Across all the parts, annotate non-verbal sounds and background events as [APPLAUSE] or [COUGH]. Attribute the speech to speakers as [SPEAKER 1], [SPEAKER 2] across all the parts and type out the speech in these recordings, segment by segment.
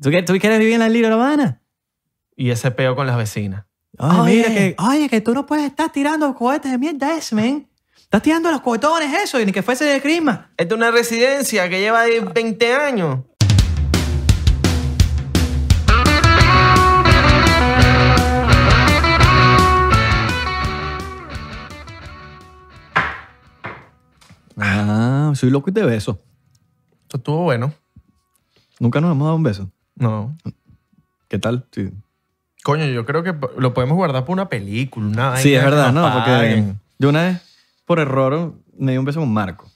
[SPEAKER 1] ¿Tú, qué- tú quieres vivir en la Little Habana?
[SPEAKER 2] Y ese peo con las vecinas.
[SPEAKER 1] Oye,
[SPEAKER 2] Oye.
[SPEAKER 1] mira que, oye, que tú no puedes estar tirando cohetes de mierda ese, men. Estás tirando los cohetones eso, y ni que fuese de crisma.
[SPEAKER 2] Esta es una residencia que lleva ahí 20 años.
[SPEAKER 1] Ah, soy loco y te beso.
[SPEAKER 2] Esto estuvo bueno.
[SPEAKER 1] Nunca nos hemos dado un beso.
[SPEAKER 2] No.
[SPEAKER 1] ¿Qué tal? Sí,
[SPEAKER 2] Coño, yo creo que lo podemos guardar para una película, una vaina
[SPEAKER 1] es
[SPEAKER 2] que
[SPEAKER 1] verdad,
[SPEAKER 2] nos
[SPEAKER 1] ¿no? Porque
[SPEAKER 2] paguen. [LAUGHS]
[SPEAKER 1] yo una vez, por error, me di un beso con Marco,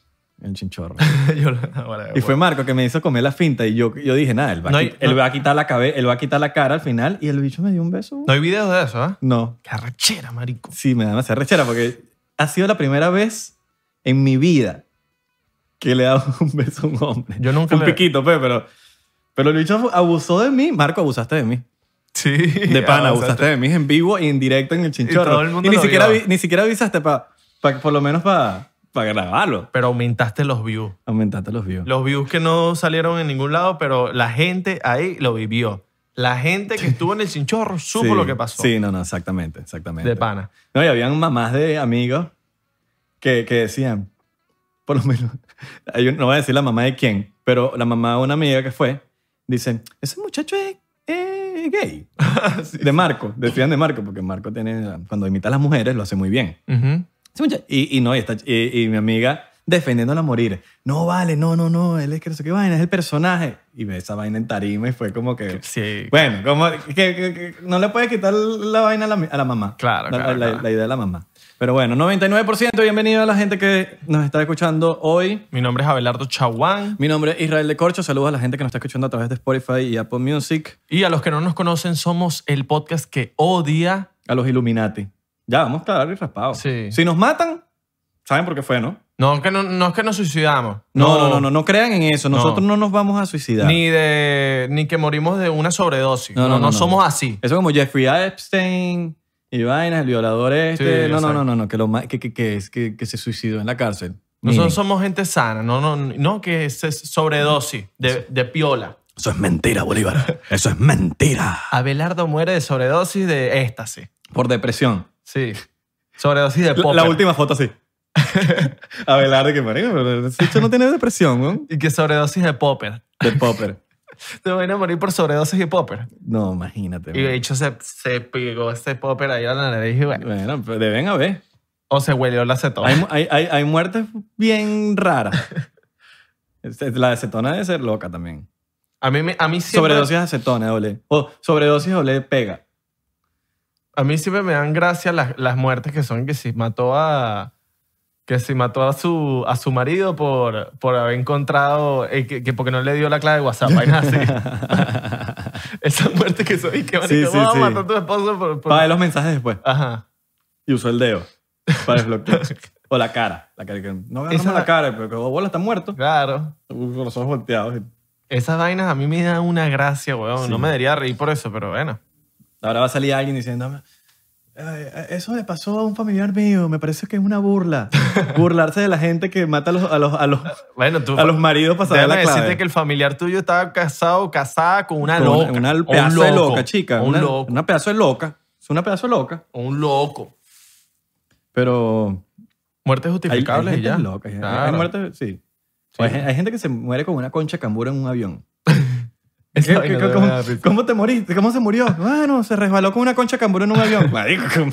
[SPEAKER 1] el chinchorro.
[SPEAKER 2] Yo lo- ahora,
[SPEAKER 1] Y fue Marco que me hizo comer la finta y yo, yo dije, nada, él va, a
[SPEAKER 2] No,
[SPEAKER 1] qui-
[SPEAKER 2] y-
[SPEAKER 1] él
[SPEAKER 2] no.
[SPEAKER 1] va a quitar la cabeza, él va a quitar la cara al final y el bicho me dio un beso.
[SPEAKER 2] No hay videos de eso, ¿ah?
[SPEAKER 1] no.
[SPEAKER 2] Qué arrechera, marico.
[SPEAKER 1] Sí, me da más rechera porque ha sido la primera vez en mi vida que le he dado un beso a un hombre.
[SPEAKER 2] Yo nunca
[SPEAKER 1] Un
[SPEAKER 2] le-
[SPEAKER 1] piquito, pues, pero... Pero el bicho abusó de mí. Marco, abusaste de mí.
[SPEAKER 2] Sí. Ah,
[SPEAKER 1] De pana, abusaste de mí en vivo y en directo en el chinchorro.
[SPEAKER 2] todo el mundo
[SPEAKER 1] ni,
[SPEAKER 2] lo
[SPEAKER 1] siquiera
[SPEAKER 2] vio.
[SPEAKER 1] vi- ni siquiera avisaste para... por lo menos para grabarlo.
[SPEAKER 2] Pero aumentaste los views.
[SPEAKER 1] Aumentaste los views.
[SPEAKER 2] Los views que no salieron en ningún lado, pero la gente ahí lo vivió. La gente que estuvo en el chinchorro supo
[SPEAKER 1] Sí,
[SPEAKER 2] lo que pasó.
[SPEAKER 1] Sí, no, no, exactamente, exactamente.
[SPEAKER 2] De pana.
[SPEAKER 1] No, y habían mamás de amigos que, que decían, por lo menos, [LAUGHS] hay un- no voy a decir la mamá de quién, pero la mamá de una amiga que fue, dicen, ese muchacho es, es gay. de Marco, decían de Marco, porque Marco tiene, cuando imita a las mujeres lo hace muy bien.
[SPEAKER 2] Ujú.
[SPEAKER 1] Ese muchacho- Y, y no, y, esta- y- y mi amiga defendiéndola a morir. No vale, no, no, no, él es que no sé qué vaina, es el personaje. Y ve esa vaina en tarima y fue como que...
[SPEAKER 2] Sí.
[SPEAKER 1] Bueno, como que, que- que no le puedes quitar la vaina a la, a la mamá.
[SPEAKER 2] Claro,
[SPEAKER 1] la,
[SPEAKER 2] claro,
[SPEAKER 1] la-
[SPEAKER 2] claro.
[SPEAKER 1] la idea de la mamá. Pero bueno, 99%, bienvenido a la gente que nos está escuchando hoy.
[SPEAKER 2] Mi nombre es Abelardo Chaguán.
[SPEAKER 1] Mi nombre es Israel de Corcho. Saludos a la gente que nos está escuchando a través de Spotify y Apple Music.
[SPEAKER 2] Y a los que no nos conocen, somos el podcast que odia.
[SPEAKER 1] A los Illuminati. Ya, vamos claro y raspado.
[SPEAKER 2] Sí.
[SPEAKER 1] Si nos matan, saben por qué fue, ¿no?
[SPEAKER 2] No, que no, no es que nos suicidamos.
[SPEAKER 1] No, no, no, no, no, crean en eso. Nosotros no, nos vamos a suicidar.
[SPEAKER 2] Ni, de, ni que morimos de una sobredosis.
[SPEAKER 1] No,
[SPEAKER 2] No,
[SPEAKER 1] no,
[SPEAKER 2] no,
[SPEAKER 1] no, no.
[SPEAKER 2] somos así.
[SPEAKER 1] Eso como Jeffrey Epstein y vainas, el violador este.
[SPEAKER 2] Sí,
[SPEAKER 1] no, no,
[SPEAKER 2] exacto.
[SPEAKER 1] no, no, no, que, lo, ma- que, que, que, es- que, que se suicidó en la cárcel. Miren.
[SPEAKER 2] Nosotros somos gente sana. No, no, no que es es sobredosis de, de piola.
[SPEAKER 1] Eso es mentira, Bolívar. Eso es mentira.
[SPEAKER 2] Abelardo muere de sobredosis de éxtasis.
[SPEAKER 1] Por depresión.
[SPEAKER 2] Sí. Sobredosis de
[SPEAKER 1] La,
[SPEAKER 2] popper.
[SPEAKER 1] la última foto así. [LAUGHS] Abelardo que marico, pero ese bicho no tiene depresión, ¿no?
[SPEAKER 2] Y que sobredosis de popper.
[SPEAKER 1] De popper.
[SPEAKER 2] Te van a morir por sobredosis de popper.
[SPEAKER 1] No, imagínate.
[SPEAKER 2] Y de hecho se, se pegó ese popper ahí a la nariz y
[SPEAKER 1] man.
[SPEAKER 2] bueno.
[SPEAKER 1] Bueno, pues deben haber.
[SPEAKER 2] O se huelió la acetona.
[SPEAKER 1] Hay, mu- hay, hay, hay muertes bien
[SPEAKER 2] [LAUGHS]
[SPEAKER 1] raras. Este, La de acetona debe ser loca también.
[SPEAKER 2] A mí, me- a mí siempre...
[SPEAKER 1] Sobredosis de acetona, doble. O sobredosis doble pega.
[SPEAKER 2] A mí siempre me dan gracia las, las muertes que son que si mató a que si mató a su a su marido por, por haber encontrado eh, que, que porque no le dio la clave de WhatsApp
[SPEAKER 1] [LAUGHS]
[SPEAKER 2] vainas así. Esas muertes que son y que
[SPEAKER 1] Sí,
[SPEAKER 2] marico,
[SPEAKER 1] sí,
[SPEAKER 2] "Vamos a
[SPEAKER 1] sí.
[SPEAKER 2] matar a tu esposo por, por-".
[SPEAKER 1] Para ver los mensajes después.
[SPEAKER 2] ajá.
[SPEAKER 1] Y usó el dedo para desbloquear.
[SPEAKER 2] [LAUGHS]
[SPEAKER 1] o la cara. La cara que- no agarramos
[SPEAKER 2] Esa-
[SPEAKER 1] la cara, pero bola está muerto.
[SPEAKER 2] Claro.
[SPEAKER 1] Con los ojos volteados.
[SPEAKER 2] Esas vainas a mí me dan una gracia, weón.
[SPEAKER 1] Sí.
[SPEAKER 2] No me debería reír por eso, pero bueno.
[SPEAKER 1] Ahora va a salir alguien diciendo, "Ay, eso le pasó a un familiar mío, me parece que es una
[SPEAKER 2] [LAUGHS]
[SPEAKER 1] burla. Burlarse de la gente que mata a los, a los, a los,
[SPEAKER 2] Bueno, tú
[SPEAKER 1] a los maridos para saber
[SPEAKER 2] déjame
[SPEAKER 1] la clave.
[SPEAKER 2] decirte que el familiar tuyo estaba casado o casada con una
[SPEAKER 1] Con
[SPEAKER 2] loca.
[SPEAKER 1] Una,
[SPEAKER 2] o
[SPEAKER 1] una
[SPEAKER 2] un
[SPEAKER 1] pedazo de
[SPEAKER 2] loco,
[SPEAKER 1] loca, chica.
[SPEAKER 2] o Un
[SPEAKER 1] una,
[SPEAKER 2] loco.
[SPEAKER 1] una pedazo de loca. Es una pedazo de loca.
[SPEAKER 2] o Un loco.
[SPEAKER 1] Pero
[SPEAKER 2] Muertes
[SPEAKER 1] hay- hay,
[SPEAKER 2] justificables
[SPEAKER 1] gente
[SPEAKER 2] y ya.
[SPEAKER 1] loca. Hay, hay
[SPEAKER 2] Claro.
[SPEAKER 1] muertes- sí. O Hay, hay gente que se muere con una concha de canguro en un avión.
[SPEAKER 2] Esa
[SPEAKER 1] ¿Qué-
[SPEAKER 2] vaina
[SPEAKER 1] qué-
[SPEAKER 2] me
[SPEAKER 1] cómo,
[SPEAKER 2] da risa.
[SPEAKER 1] cómo te moriste? ¿Cómo se murió? Bueno, se resbaló con una concha de canguro en un avión. Marico, ¿cómo?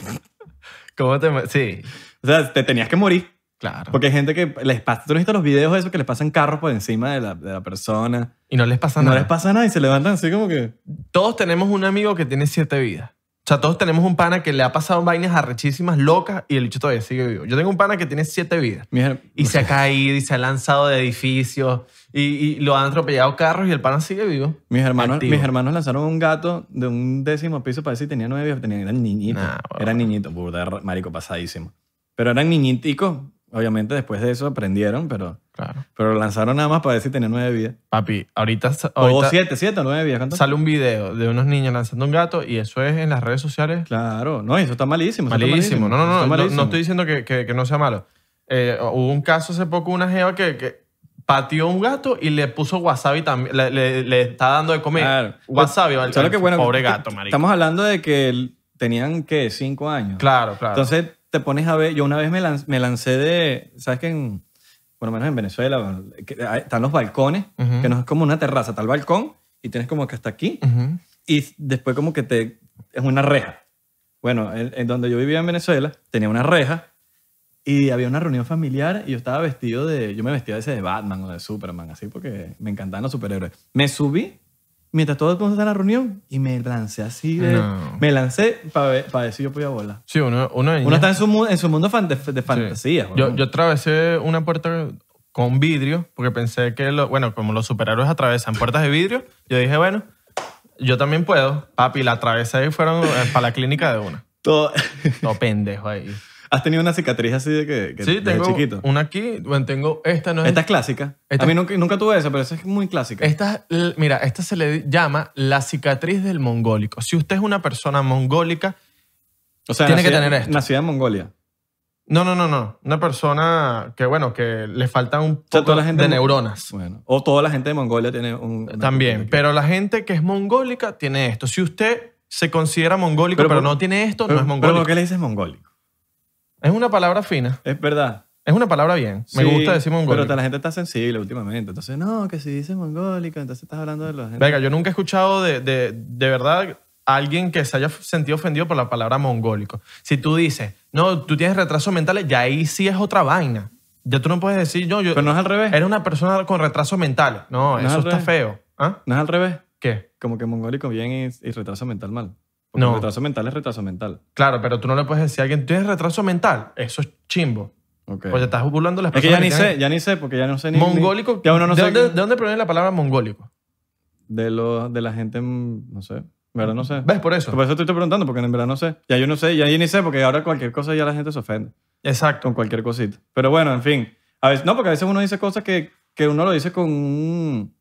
[SPEAKER 2] ¿Cómo te mu- Sí,
[SPEAKER 1] o sea, te tenías que morir.
[SPEAKER 2] claro.
[SPEAKER 1] Porque hay gente que les pasa, tú no has visto los videos de eso que les pasan carros por encima de la, de la persona.
[SPEAKER 2] y no les pasa
[SPEAKER 1] No
[SPEAKER 2] nada.
[SPEAKER 1] les pasa nada y se levantan así como que.
[SPEAKER 2] Todos tenemos un amigo que tiene siete vidas. O sea, todos tenemos un pana que le ha pasado vainas arrechísimas, locas, y el bicho todavía sigue vivo. Yo tengo un pana que tiene siete vidas.
[SPEAKER 1] Mira,
[SPEAKER 2] Y se ha caído y se ha lanzado de edificios y, y lo han atropellado carros y el pana sigue vivo.
[SPEAKER 1] mis, hermanos,
[SPEAKER 2] Activo.
[SPEAKER 1] mis hermanos lanzaron un gato de un décimo piso para ver si tenía nueve vidas. Tenían, eran niñitos.
[SPEAKER 2] Nah, huevón.
[SPEAKER 1] eran niñitos. Burda, de ra- marico, pasadísimo. Pero eran niñiticos. Obviamente después de eso aprendieron, pero,
[SPEAKER 2] Claro.
[SPEAKER 1] pero lo lanzaron nada más para ver si tenía nueve vidas.
[SPEAKER 2] Papi, ahorita, sa-
[SPEAKER 1] O
[SPEAKER 2] ahorita
[SPEAKER 1] siete, siete o nueve vidas. ¿Cuántas?
[SPEAKER 2] sale un video de unos niños lanzando un gato y eso es en las redes sociales
[SPEAKER 1] Claro, no, eso está malísimo. eso está
[SPEAKER 2] Malísimo. No, no,
[SPEAKER 1] Eso
[SPEAKER 2] no,
[SPEAKER 1] está
[SPEAKER 2] no.
[SPEAKER 1] malísimo.
[SPEAKER 2] No estoy diciendo que, que- que no sea malo. Eh, hubo un caso hace poco, una jeva que, que pateó un gato y le puso wasabi también. Le, le- le está dando de comer
[SPEAKER 1] Claro.
[SPEAKER 2] wasabi al,
[SPEAKER 1] Solo que,
[SPEAKER 2] al
[SPEAKER 1] bueno,
[SPEAKER 2] pobre
[SPEAKER 1] que-
[SPEAKER 2] gato, marico.
[SPEAKER 1] Estamos hablando de que el- tenían, ¿qué? Cinco años.
[SPEAKER 2] Claro, claro.
[SPEAKER 1] Entonces te pones a ver, yo una vez me, lan- me lancé de, ¿sabes que en, por lo menos en Venezuela, que hay- están los balcones,
[SPEAKER 2] Ujú.
[SPEAKER 1] que no es como una terraza, está el balcón y tienes como que hasta aquí
[SPEAKER 2] Ujú.
[SPEAKER 1] y después como que te, es una reja. Bueno, en, en donde yo vivía en Venezuela tenía una reja y había una reunión familiar y yo estaba vestido de, yo me vestía a veces de Batman o de Superman, así porque me encantaban los superhéroes. Me subí mientras todo el mundo estaba en la reunión y me lancé así de,
[SPEAKER 2] No.
[SPEAKER 1] me lancé para ver si yo podía volar.
[SPEAKER 2] Sí, uno, uno, de
[SPEAKER 1] Uno
[SPEAKER 2] niño-
[SPEAKER 1] está en su, mu- en su mundo fan- de, de
[SPEAKER 2] Sí.
[SPEAKER 1] fantasía.
[SPEAKER 2] Yo,
[SPEAKER 1] weón.
[SPEAKER 2] yo atravesé una puerta con vidrio porque pensé que, lo- bueno, como los superhéroes atravesan puertas de vidrio, yo dije, bueno, yo también puedo. Papi, la atravesé y fueron eh, para la clínica de una.
[SPEAKER 1] Todo-
[SPEAKER 2] Todo pendejo ahí.
[SPEAKER 1] [LAUGHS] ¿Has tenido una cicatriz así de que, que
[SPEAKER 2] Sí,
[SPEAKER 1] desde
[SPEAKER 2] tengo
[SPEAKER 1] chiquito?
[SPEAKER 2] una aquí. Bueno, tengo esta, no es.
[SPEAKER 1] Esta es clásica.
[SPEAKER 2] Esta-
[SPEAKER 1] A mí nunca, nunca tuve esa, pero esa es muy clásica.
[SPEAKER 2] Esta, l- mira, esta se le llama la cicatriz del mongólico. Si usted es una persona mongólica,
[SPEAKER 1] o sea,
[SPEAKER 2] tiene que
[SPEAKER 1] nacida-
[SPEAKER 2] tener esto.
[SPEAKER 1] Nacida en Mongolia.
[SPEAKER 2] no, no, no, no. Una persona que, bueno, que le faltan un
[SPEAKER 1] sea,
[SPEAKER 2] poco
[SPEAKER 1] toda la gente Ah,
[SPEAKER 2] de
[SPEAKER 1] mon-
[SPEAKER 2] neuronas.
[SPEAKER 1] Bueno, o toda la gente de Mongolia tiene un... una
[SPEAKER 2] También,
[SPEAKER 1] cultura
[SPEAKER 2] pero la gente que es mongólica tiene esto. Si usted se considera mongólico pero,
[SPEAKER 1] Pero por-
[SPEAKER 2] no tiene esto,
[SPEAKER 1] que- Pero,
[SPEAKER 2] no es
[SPEAKER 1] pero
[SPEAKER 2] mongólico.
[SPEAKER 1] ¿por qué le dices mongólico?
[SPEAKER 2] Es una palabra fina,
[SPEAKER 1] Es verdad.
[SPEAKER 2] es una palabra bien.
[SPEAKER 1] Sí,
[SPEAKER 2] Me gusta decir mongólico.
[SPEAKER 1] Pero la gente está sensible últimamente. Entonces, no, que si dices mongólico, entonces estás hablando de la gente...
[SPEAKER 2] Venga, yo nunca he escuchado de, de, de verdad a alguien que se haya sentido ofendido por la palabra mongólico. Si tú dices, no, tú tienes retrasos mentales, ya ahí sí es otra vaina. Ya tú no puedes decir, no, yo Eh.
[SPEAKER 1] Pero no es al revés.
[SPEAKER 2] era una persona con retrasos mentales. No,
[SPEAKER 1] No es
[SPEAKER 2] eso
[SPEAKER 1] al
[SPEAKER 2] está
[SPEAKER 1] revés.
[SPEAKER 2] feo. ¿Ah?
[SPEAKER 1] No es al revés.
[SPEAKER 2] ¿Qué?
[SPEAKER 1] Como que mongólico bien y, y retraso mental mal. Porque
[SPEAKER 2] No.
[SPEAKER 1] retraso mental es retraso mental.
[SPEAKER 2] Claro, pero tú no le puedes decir a alguien, tú tienes retraso mental. Eso es chimbo.
[SPEAKER 1] Ok.
[SPEAKER 2] Pues te estás burlando de las
[SPEAKER 1] Es que ya
[SPEAKER 2] personas.
[SPEAKER 1] ni
[SPEAKER 2] tienen-
[SPEAKER 1] sé, ya ni sé, porque ya no sé ni...
[SPEAKER 2] Mongólico.
[SPEAKER 1] ni- Ya uno no
[SPEAKER 2] ¿De,
[SPEAKER 1] sabe
[SPEAKER 2] dónde,
[SPEAKER 1] qué-
[SPEAKER 2] de dónde proviene la palabra mongólico?
[SPEAKER 1] de, los- de la gente, mm, no sé. En verdad no sé.
[SPEAKER 2] ¿Ves por eso?
[SPEAKER 1] Por eso te estoy preguntando, porque en verdad no sé. Ya yo no sé, ya yo ni sé, porque ahora cualquier cosa ya la gente se ofende
[SPEAKER 2] Exacto.
[SPEAKER 1] con cualquier cosita. Pero bueno, en fin. A veces, no, porque a veces uno dice cosas que, que uno lo dice con un-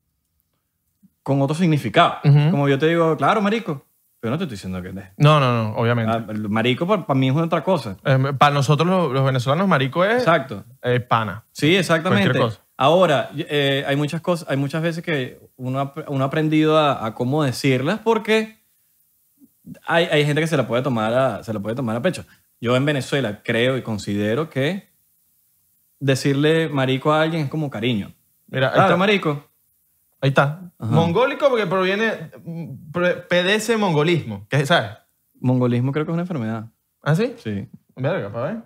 [SPEAKER 1] con otro significado.
[SPEAKER 2] Ujú.
[SPEAKER 1] Como yo te digo, claro, marico. Pero no te estoy diciendo que... Ah,
[SPEAKER 2] No, no, no, obviamente. Em,
[SPEAKER 1] el marico para, mí es otra
[SPEAKER 2] Eh,
[SPEAKER 1] cosa.
[SPEAKER 2] para nosotros los, los venezolanos, marico es
[SPEAKER 1] Ah. Exacto.
[SPEAKER 2] eh, pana.
[SPEAKER 1] Sí, exactamente.
[SPEAKER 2] Cualquier cosa.
[SPEAKER 1] Ahora, eh, hay muchas cosas, hay muchas veces que uno ha, uno ha aprendido a, a cómo decirlas porque hay, hay gente que se la, puede tomar a, se la puede tomar a pecho. Yo en Venezuela creo y considero que decirle marico a alguien es como cariño.
[SPEAKER 2] Mira, ahí
[SPEAKER 1] Claro,
[SPEAKER 2] está.
[SPEAKER 1] marico.
[SPEAKER 2] Ahí está.
[SPEAKER 1] Ajá.
[SPEAKER 2] Mongólico porque proviene. mm, pre- Pedece mongolismo. ¿Qué, ¿Sabes?
[SPEAKER 1] Mongolismo creo que es una enfermedad.
[SPEAKER 2] ¿Ah, sí?
[SPEAKER 1] Sí,
[SPEAKER 2] Verga, para ver.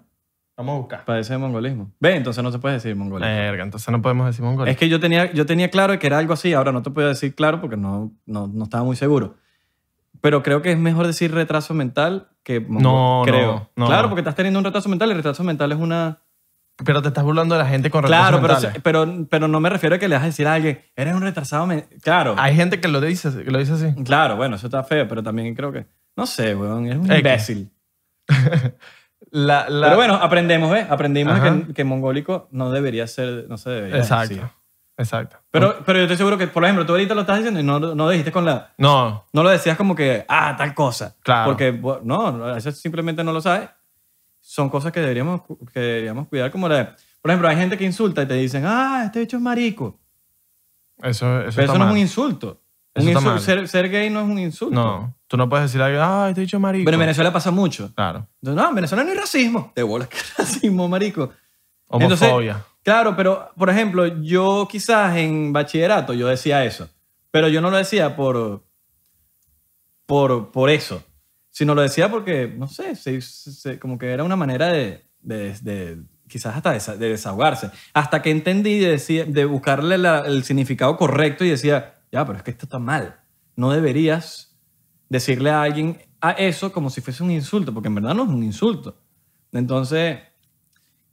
[SPEAKER 2] Vamos a buscar.
[SPEAKER 1] padece de mongolismo. Ve, entonces no se puede decir mongolismo.
[SPEAKER 2] Verga, entonces no podemos decir mongolismo.
[SPEAKER 1] Es que yo tenía, yo tenía claro que era algo así, ahora no te puedo decir claro porque no, no, no estaba muy seguro. Pero creo que es mejor decir retraso mental que mongo-
[SPEAKER 2] No, no,
[SPEAKER 1] creo.
[SPEAKER 2] no.
[SPEAKER 1] Claro, porque estás teniendo un retraso mental y retraso mental es una...
[SPEAKER 2] Pero te estás burlando de la gente con retrasos
[SPEAKER 1] Claro, pero,
[SPEAKER 2] mentales.
[SPEAKER 1] se- pero, pero no me refiero a que le vas a decir a alguien, eres un retrasado mental. Claro,
[SPEAKER 2] Hay gente que lo dice, que lo dice así. [LAUGHS]
[SPEAKER 1] claro, bueno, eso está feo, pero también creo que... No sé, weón, eres un
[SPEAKER 2] X.
[SPEAKER 1] imbécil.
[SPEAKER 2] La, la-
[SPEAKER 1] Pero bueno, aprendemos, ¿eh? Aprendimos
[SPEAKER 2] Ajá.
[SPEAKER 1] que, que mongólico no debería ser, no se debería
[SPEAKER 2] Exacto.
[SPEAKER 1] decir.
[SPEAKER 2] Exacto.
[SPEAKER 1] Pero, pero yo estoy seguro que, por ejemplo, tú ahorita lo estás diciendo y no, no lo dijiste con la...
[SPEAKER 2] No,
[SPEAKER 1] No lo decías como que, ah, tal cosa.
[SPEAKER 2] Claro.
[SPEAKER 1] Porque, bu- no, eso simplemente no lo sabes. Son cosas que deberíamos, cu- que deberíamos cuidar. Como la de- por ejemplo, hay gente que insulta y te dicen, ah, este bicho es marico.
[SPEAKER 2] eso, eso
[SPEAKER 1] Pero
[SPEAKER 2] está
[SPEAKER 1] eso no
[SPEAKER 2] mal.
[SPEAKER 1] es un insulto.
[SPEAKER 2] Eso
[SPEAKER 1] Un
[SPEAKER 2] está
[SPEAKER 1] insul-
[SPEAKER 2] mal.
[SPEAKER 1] ser, ser gay no es un insulto.
[SPEAKER 2] No, tú no puedes decir a alguien, ay, te he dicho marico.
[SPEAKER 1] Pero en Venezuela pasa mucho.
[SPEAKER 2] Claro.
[SPEAKER 1] Entonces, no, en Venezuela no hay racismo. De bolas que [LAUGHS] racismo, marico. Entonces,
[SPEAKER 2] Homofobia.
[SPEAKER 1] claro, pero por ejemplo, yo quizás en bachillerato yo decía eso, pero yo no lo decía por por, por eso, sino lo decía porque, no sé, se- se- como que era una manera de, de- de- quizás hasta desa- de desahogarse, hasta que entendí y decía- de buscarle la- el significado correcto y decía, ya, pero es que esto está mal, no deberías decirle a alguien a eso como si fuese un insulto, porque en verdad no es un insulto. Entonces,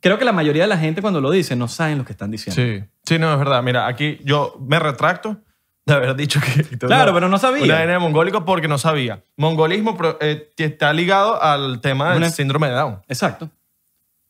[SPEAKER 1] creo que la mayoría de la gente cuando lo dice no saben lo que están diciendo.
[SPEAKER 2] sí. Sí, no, es verdad. Mira, aquí yo me retracto de haber dicho que...
[SPEAKER 1] Claro, pero no sabía.
[SPEAKER 2] Una vaina de mongólico porque no sabía. Mongolismo pro- eh, te- está ligado al tema del
[SPEAKER 1] Una-
[SPEAKER 2] síndrome de Down.
[SPEAKER 1] Exacto.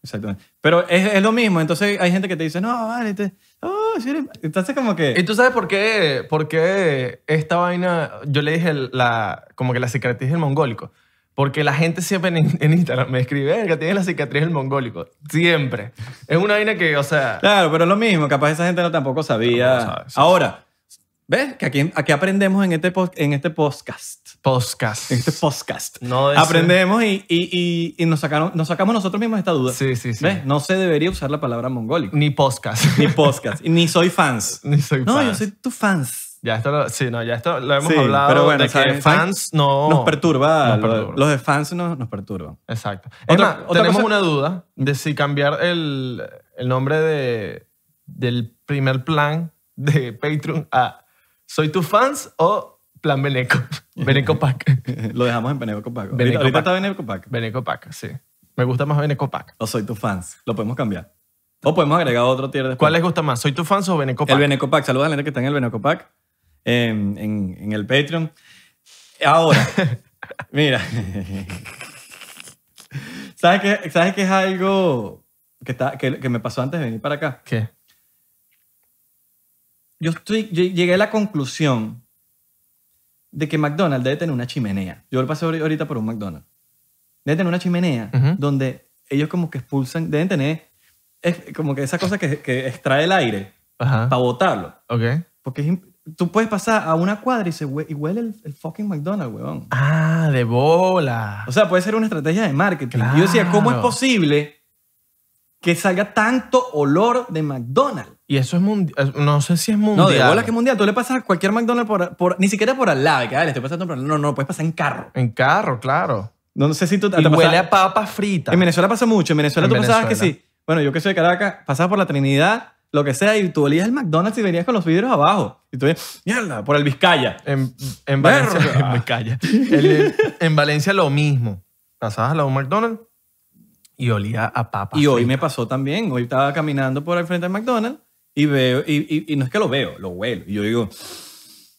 [SPEAKER 1] Exactamente. Pero es, es lo mismo. Entonces hay gente que te dice, no, vale, te, oh, si eres-". Entonces como
[SPEAKER 2] ¿Y
[SPEAKER 1] que...
[SPEAKER 2] tú sabes por qué, por qué esta vaina, yo le dije la, como que la cicatriz del mongólico? Porque la gente siempre en, [LAUGHS] en Instagram me escribe, verga, tienes la cicatriz del mongólico. Siempre. Es una vaina que, o sea...
[SPEAKER 1] Claro, pero es lo mismo, capaz esa gente no tampoco sabía.
[SPEAKER 2] Tampoco sabe, sí,
[SPEAKER 1] Ahora, ¿ves? Que aquí, aquí aprendemos en este, pos- en este podcast.
[SPEAKER 2] Podcast.
[SPEAKER 1] En este podcast.
[SPEAKER 2] No de-
[SPEAKER 1] Aprendemos y, y- y- y nos, sacaron, nos sacamos nosotros mismos esta duda.
[SPEAKER 2] Sí, sí, sí.
[SPEAKER 1] ¿Ves? No se debería usar la palabra mongólico,
[SPEAKER 2] Ni podcast. [LAUGHS]
[SPEAKER 1] ni podcast, y ni soy fans.
[SPEAKER 2] Ni soy
[SPEAKER 1] No,
[SPEAKER 2] fan.
[SPEAKER 1] yo soy tu fans.
[SPEAKER 2] Ya esto lo, sí, no, ya esto lo hemos
[SPEAKER 1] Sí,
[SPEAKER 2] hablado
[SPEAKER 1] pero bueno,
[SPEAKER 2] de
[SPEAKER 1] ¿sabes?
[SPEAKER 2] que fans no...
[SPEAKER 1] Nos perturba.
[SPEAKER 2] Nos
[SPEAKER 1] lo-
[SPEAKER 2] perturba.
[SPEAKER 1] Los de fans nos, nos perturban.
[SPEAKER 2] Exacto. Es
[SPEAKER 1] Otra-
[SPEAKER 2] más,
[SPEAKER 1] otra
[SPEAKER 2] tenemos
[SPEAKER 1] cosa-
[SPEAKER 2] una duda de si cambiar el, el nombre de, del primer plan de Patreon a Soy tu fans o Plan
[SPEAKER 1] [LAUGHS]
[SPEAKER 2] Beneco. Beneco Pack.
[SPEAKER 1] lo dejamos en Beneco Paco. Ahorita,
[SPEAKER 2] Beneco
[SPEAKER 1] ahorita
[SPEAKER 2] Paco.
[SPEAKER 1] está Beneco Paco.
[SPEAKER 2] Beneco Pack, sí. Me gusta más Beneco Pack.
[SPEAKER 1] O soy tu fans. Lo podemos cambiar. O podemos agregar otro tier después.
[SPEAKER 2] ¿Cuál les gusta más? ¿Soy tu fans o Beneco Pack?
[SPEAKER 1] El Benecopac. Saludos a la gente que está en el Benecopac, en, en, en el Patreon. Ahora, mira. ¿Sabes qué, ¿Sabes qué es algo que, está, que, que me pasó antes de venir para acá?
[SPEAKER 2] ¿Qué?
[SPEAKER 1] Yo, estoy, yo llegué a la conclusión de que McDonald's debe tener una chimenea. Yo lo pasé ahori- ahorita por un McDonald's. Debe tener una chimenea
[SPEAKER 2] Ujú.
[SPEAKER 1] donde ellos como que expulsan, deben tener es como que esa cosa que, que extrae el aire
[SPEAKER 2] Ajá.
[SPEAKER 1] para botarlo.
[SPEAKER 2] Ok.
[SPEAKER 1] Porque es imp- tú puedes pasar a una cuadra y, se hue- y huele el, el fucking McDonald's, weón.
[SPEAKER 2] Ah, de bola.
[SPEAKER 1] O sea, puede ser una estrategia de marketing. Y Yo decía, ¿cómo es
[SPEAKER 2] Claro. que
[SPEAKER 1] salga tanto olor de McDonald's?
[SPEAKER 2] Y eso es mundial. No sé si es
[SPEAKER 1] No,
[SPEAKER 2] mundial.
[SPEAKER 1] de bola que mundial. Tú le pasas a cualquier McDonald's por, por- ni siquiera por al lado. Que, ah, le estoy pasando por al lado. No, no, puedes pasar en carro.
[SPEAKER 2] En carro, claro.
[SPEAKER 1] No, no sé si tú...
[SPEAKER 2] Y
[SPEAKER 1] te pasa-
[SPEAKER 2] huele a papa frita.
[SPEAKER 1] En Venezuela pasa mucho. En Venezuela
[SPEAKER 2] En
[SPEAKER 1] tú pensabas que
[SPEAKER 2] Venezuela.
[SPEAKER 1] sí. Bueno, yo que soy de Caracas, pasabas por la Trinidad, lo que sea, y tú olías el McDonald's y venías con los vidrios abajo. Y tú dices, mierda, por el Vizcaya.
[SPEAKER 2] En, en
[SPEAKER 1] Verga.
[SPEAKER 2] Valencia. [LAUGHS] Me calla. El- en Valencia lo mismo. Pasabas a la un McDonald's y olía a papa.
[SPEAKER 1] Y hoy
[SPEAKER 2] frita.
[SPEAKER 1] me pasó también. Hoy estaba caminando por el frente del McDonald's y veo, y, y- y no es que lo veo, lo huelo. Y yo digo,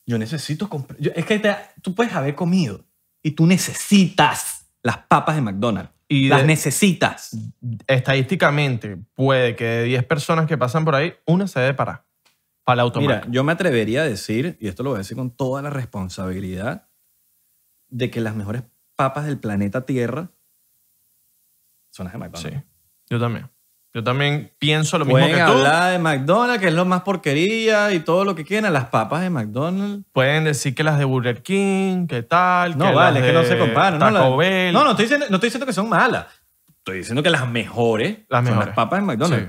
[SPEAKER 1] yo necesito comprar. yo- es que te- tú puedes haber comido y tú necesitas las papas de McDonald's.
[SPEAKER 2] Y
[SPEAKER 1] las
[SPEAKER 2] de-
[SPEAKER 1] necesitas.
[SPEAKER 2] Estadísticamente, puede que de 10 personas que pasan por ahí, una se debe parar. Para el automático.
[SPEAKER 1] Mira, yo me atrevería a decir, y esto lo voy a decir con toda la responsabilidad, de que las mejores papas del planeta Tierra son las de McDonald's.
[SPEAKER 2] Sí. Yo también. Yo también pienso lo mismo
[SPEAKER 1] Pueden
[SPEAKER 2] que tú.
[SPEAKER 1] hablar de McDonald's, que es lo más porquería y todo lo que quieran. Las papas de McDonald's
[SPEAKER 2] Pueden decir que las de Burger King, que tal.
[SPEAKER 1] No,
[SPEAKER 2] que
[SPEAKER 1] vale,
[SPEAKER 2] las
[SPEAKER 1] es que no
[SPEAKER 2] de
[SPEAKER 1] se comparan. No,
[SPEAKER 2] Taco
[SPEAKER 1] La-
[SPEAKER 2] Bell.
[SPEAKER 1] no, no, estoy diciendo, no estoy diciendo que son malas. Estoy diciendo que las mejores
[SPEAKER 2] Las
[SPEAKER 1] son
[SPEAKER 2] mejores.
[SPEAKER 1] las papas en McDonald's.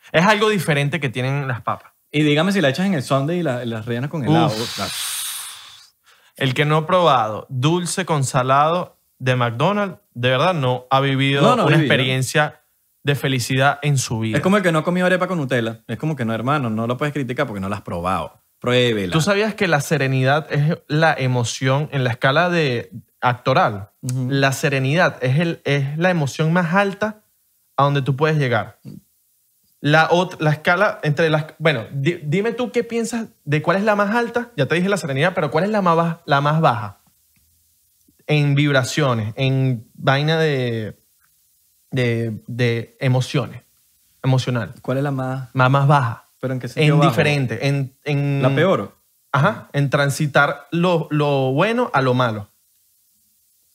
[SPEAKER 2] Sí. Es algo diferente que tienen las papas.
[SPEAKER 1] Y dígame si la echas en el sundae y la- las rellenas con
[SPEAKER 2] Uf.
[SPEAKER 1] helado.
[SPEAKER 2] El que no ha probado dulce con salado de McDonald's, de verdad no ha vivido
[SPEAKER 1] No, no ha
[SPEAKER 2] una
[SPEAKER 1] vivido.
[SPEAKER 2] experiencia de felicidad en su vida.
[SPEAKER 1] Es como el que no ha comido arepa con Nutella. Es como que no, hermano, no lo puedes criticar porque no la has probado. Pruébela.
[SPEAKER 2] ¿Tú sabías que la serenidad es la emoción en la escala de actoral?
[SPEAKER 1] Ujú.
[SPEAKER 2] La serenidad es, el, es la emoción más alta a donde tú puedes llegar. La, ot- la escala entre las... Bueno, di- dime tú qué piensas de cuál es la más alta. Ya te dije la serenidad, pero ¿cuál es la más, baj- la más baja? En vibraciones, en vaina de, de, de emociones, emocional.
[SPEAKER 1] ¿Cuál es la más?
[SPEAKER 2] Más, más baja.
[SPEAKER 1] Pero en qué sentido
[SPEAKER 2] En
[SPEAKER 1] bajo?
[SPEAKER 2] diferente, en, en...
[SPEAKER 1] La peor.
[SPEAKER 2] Ajá, en transitar lo, lo bueno a lo malo.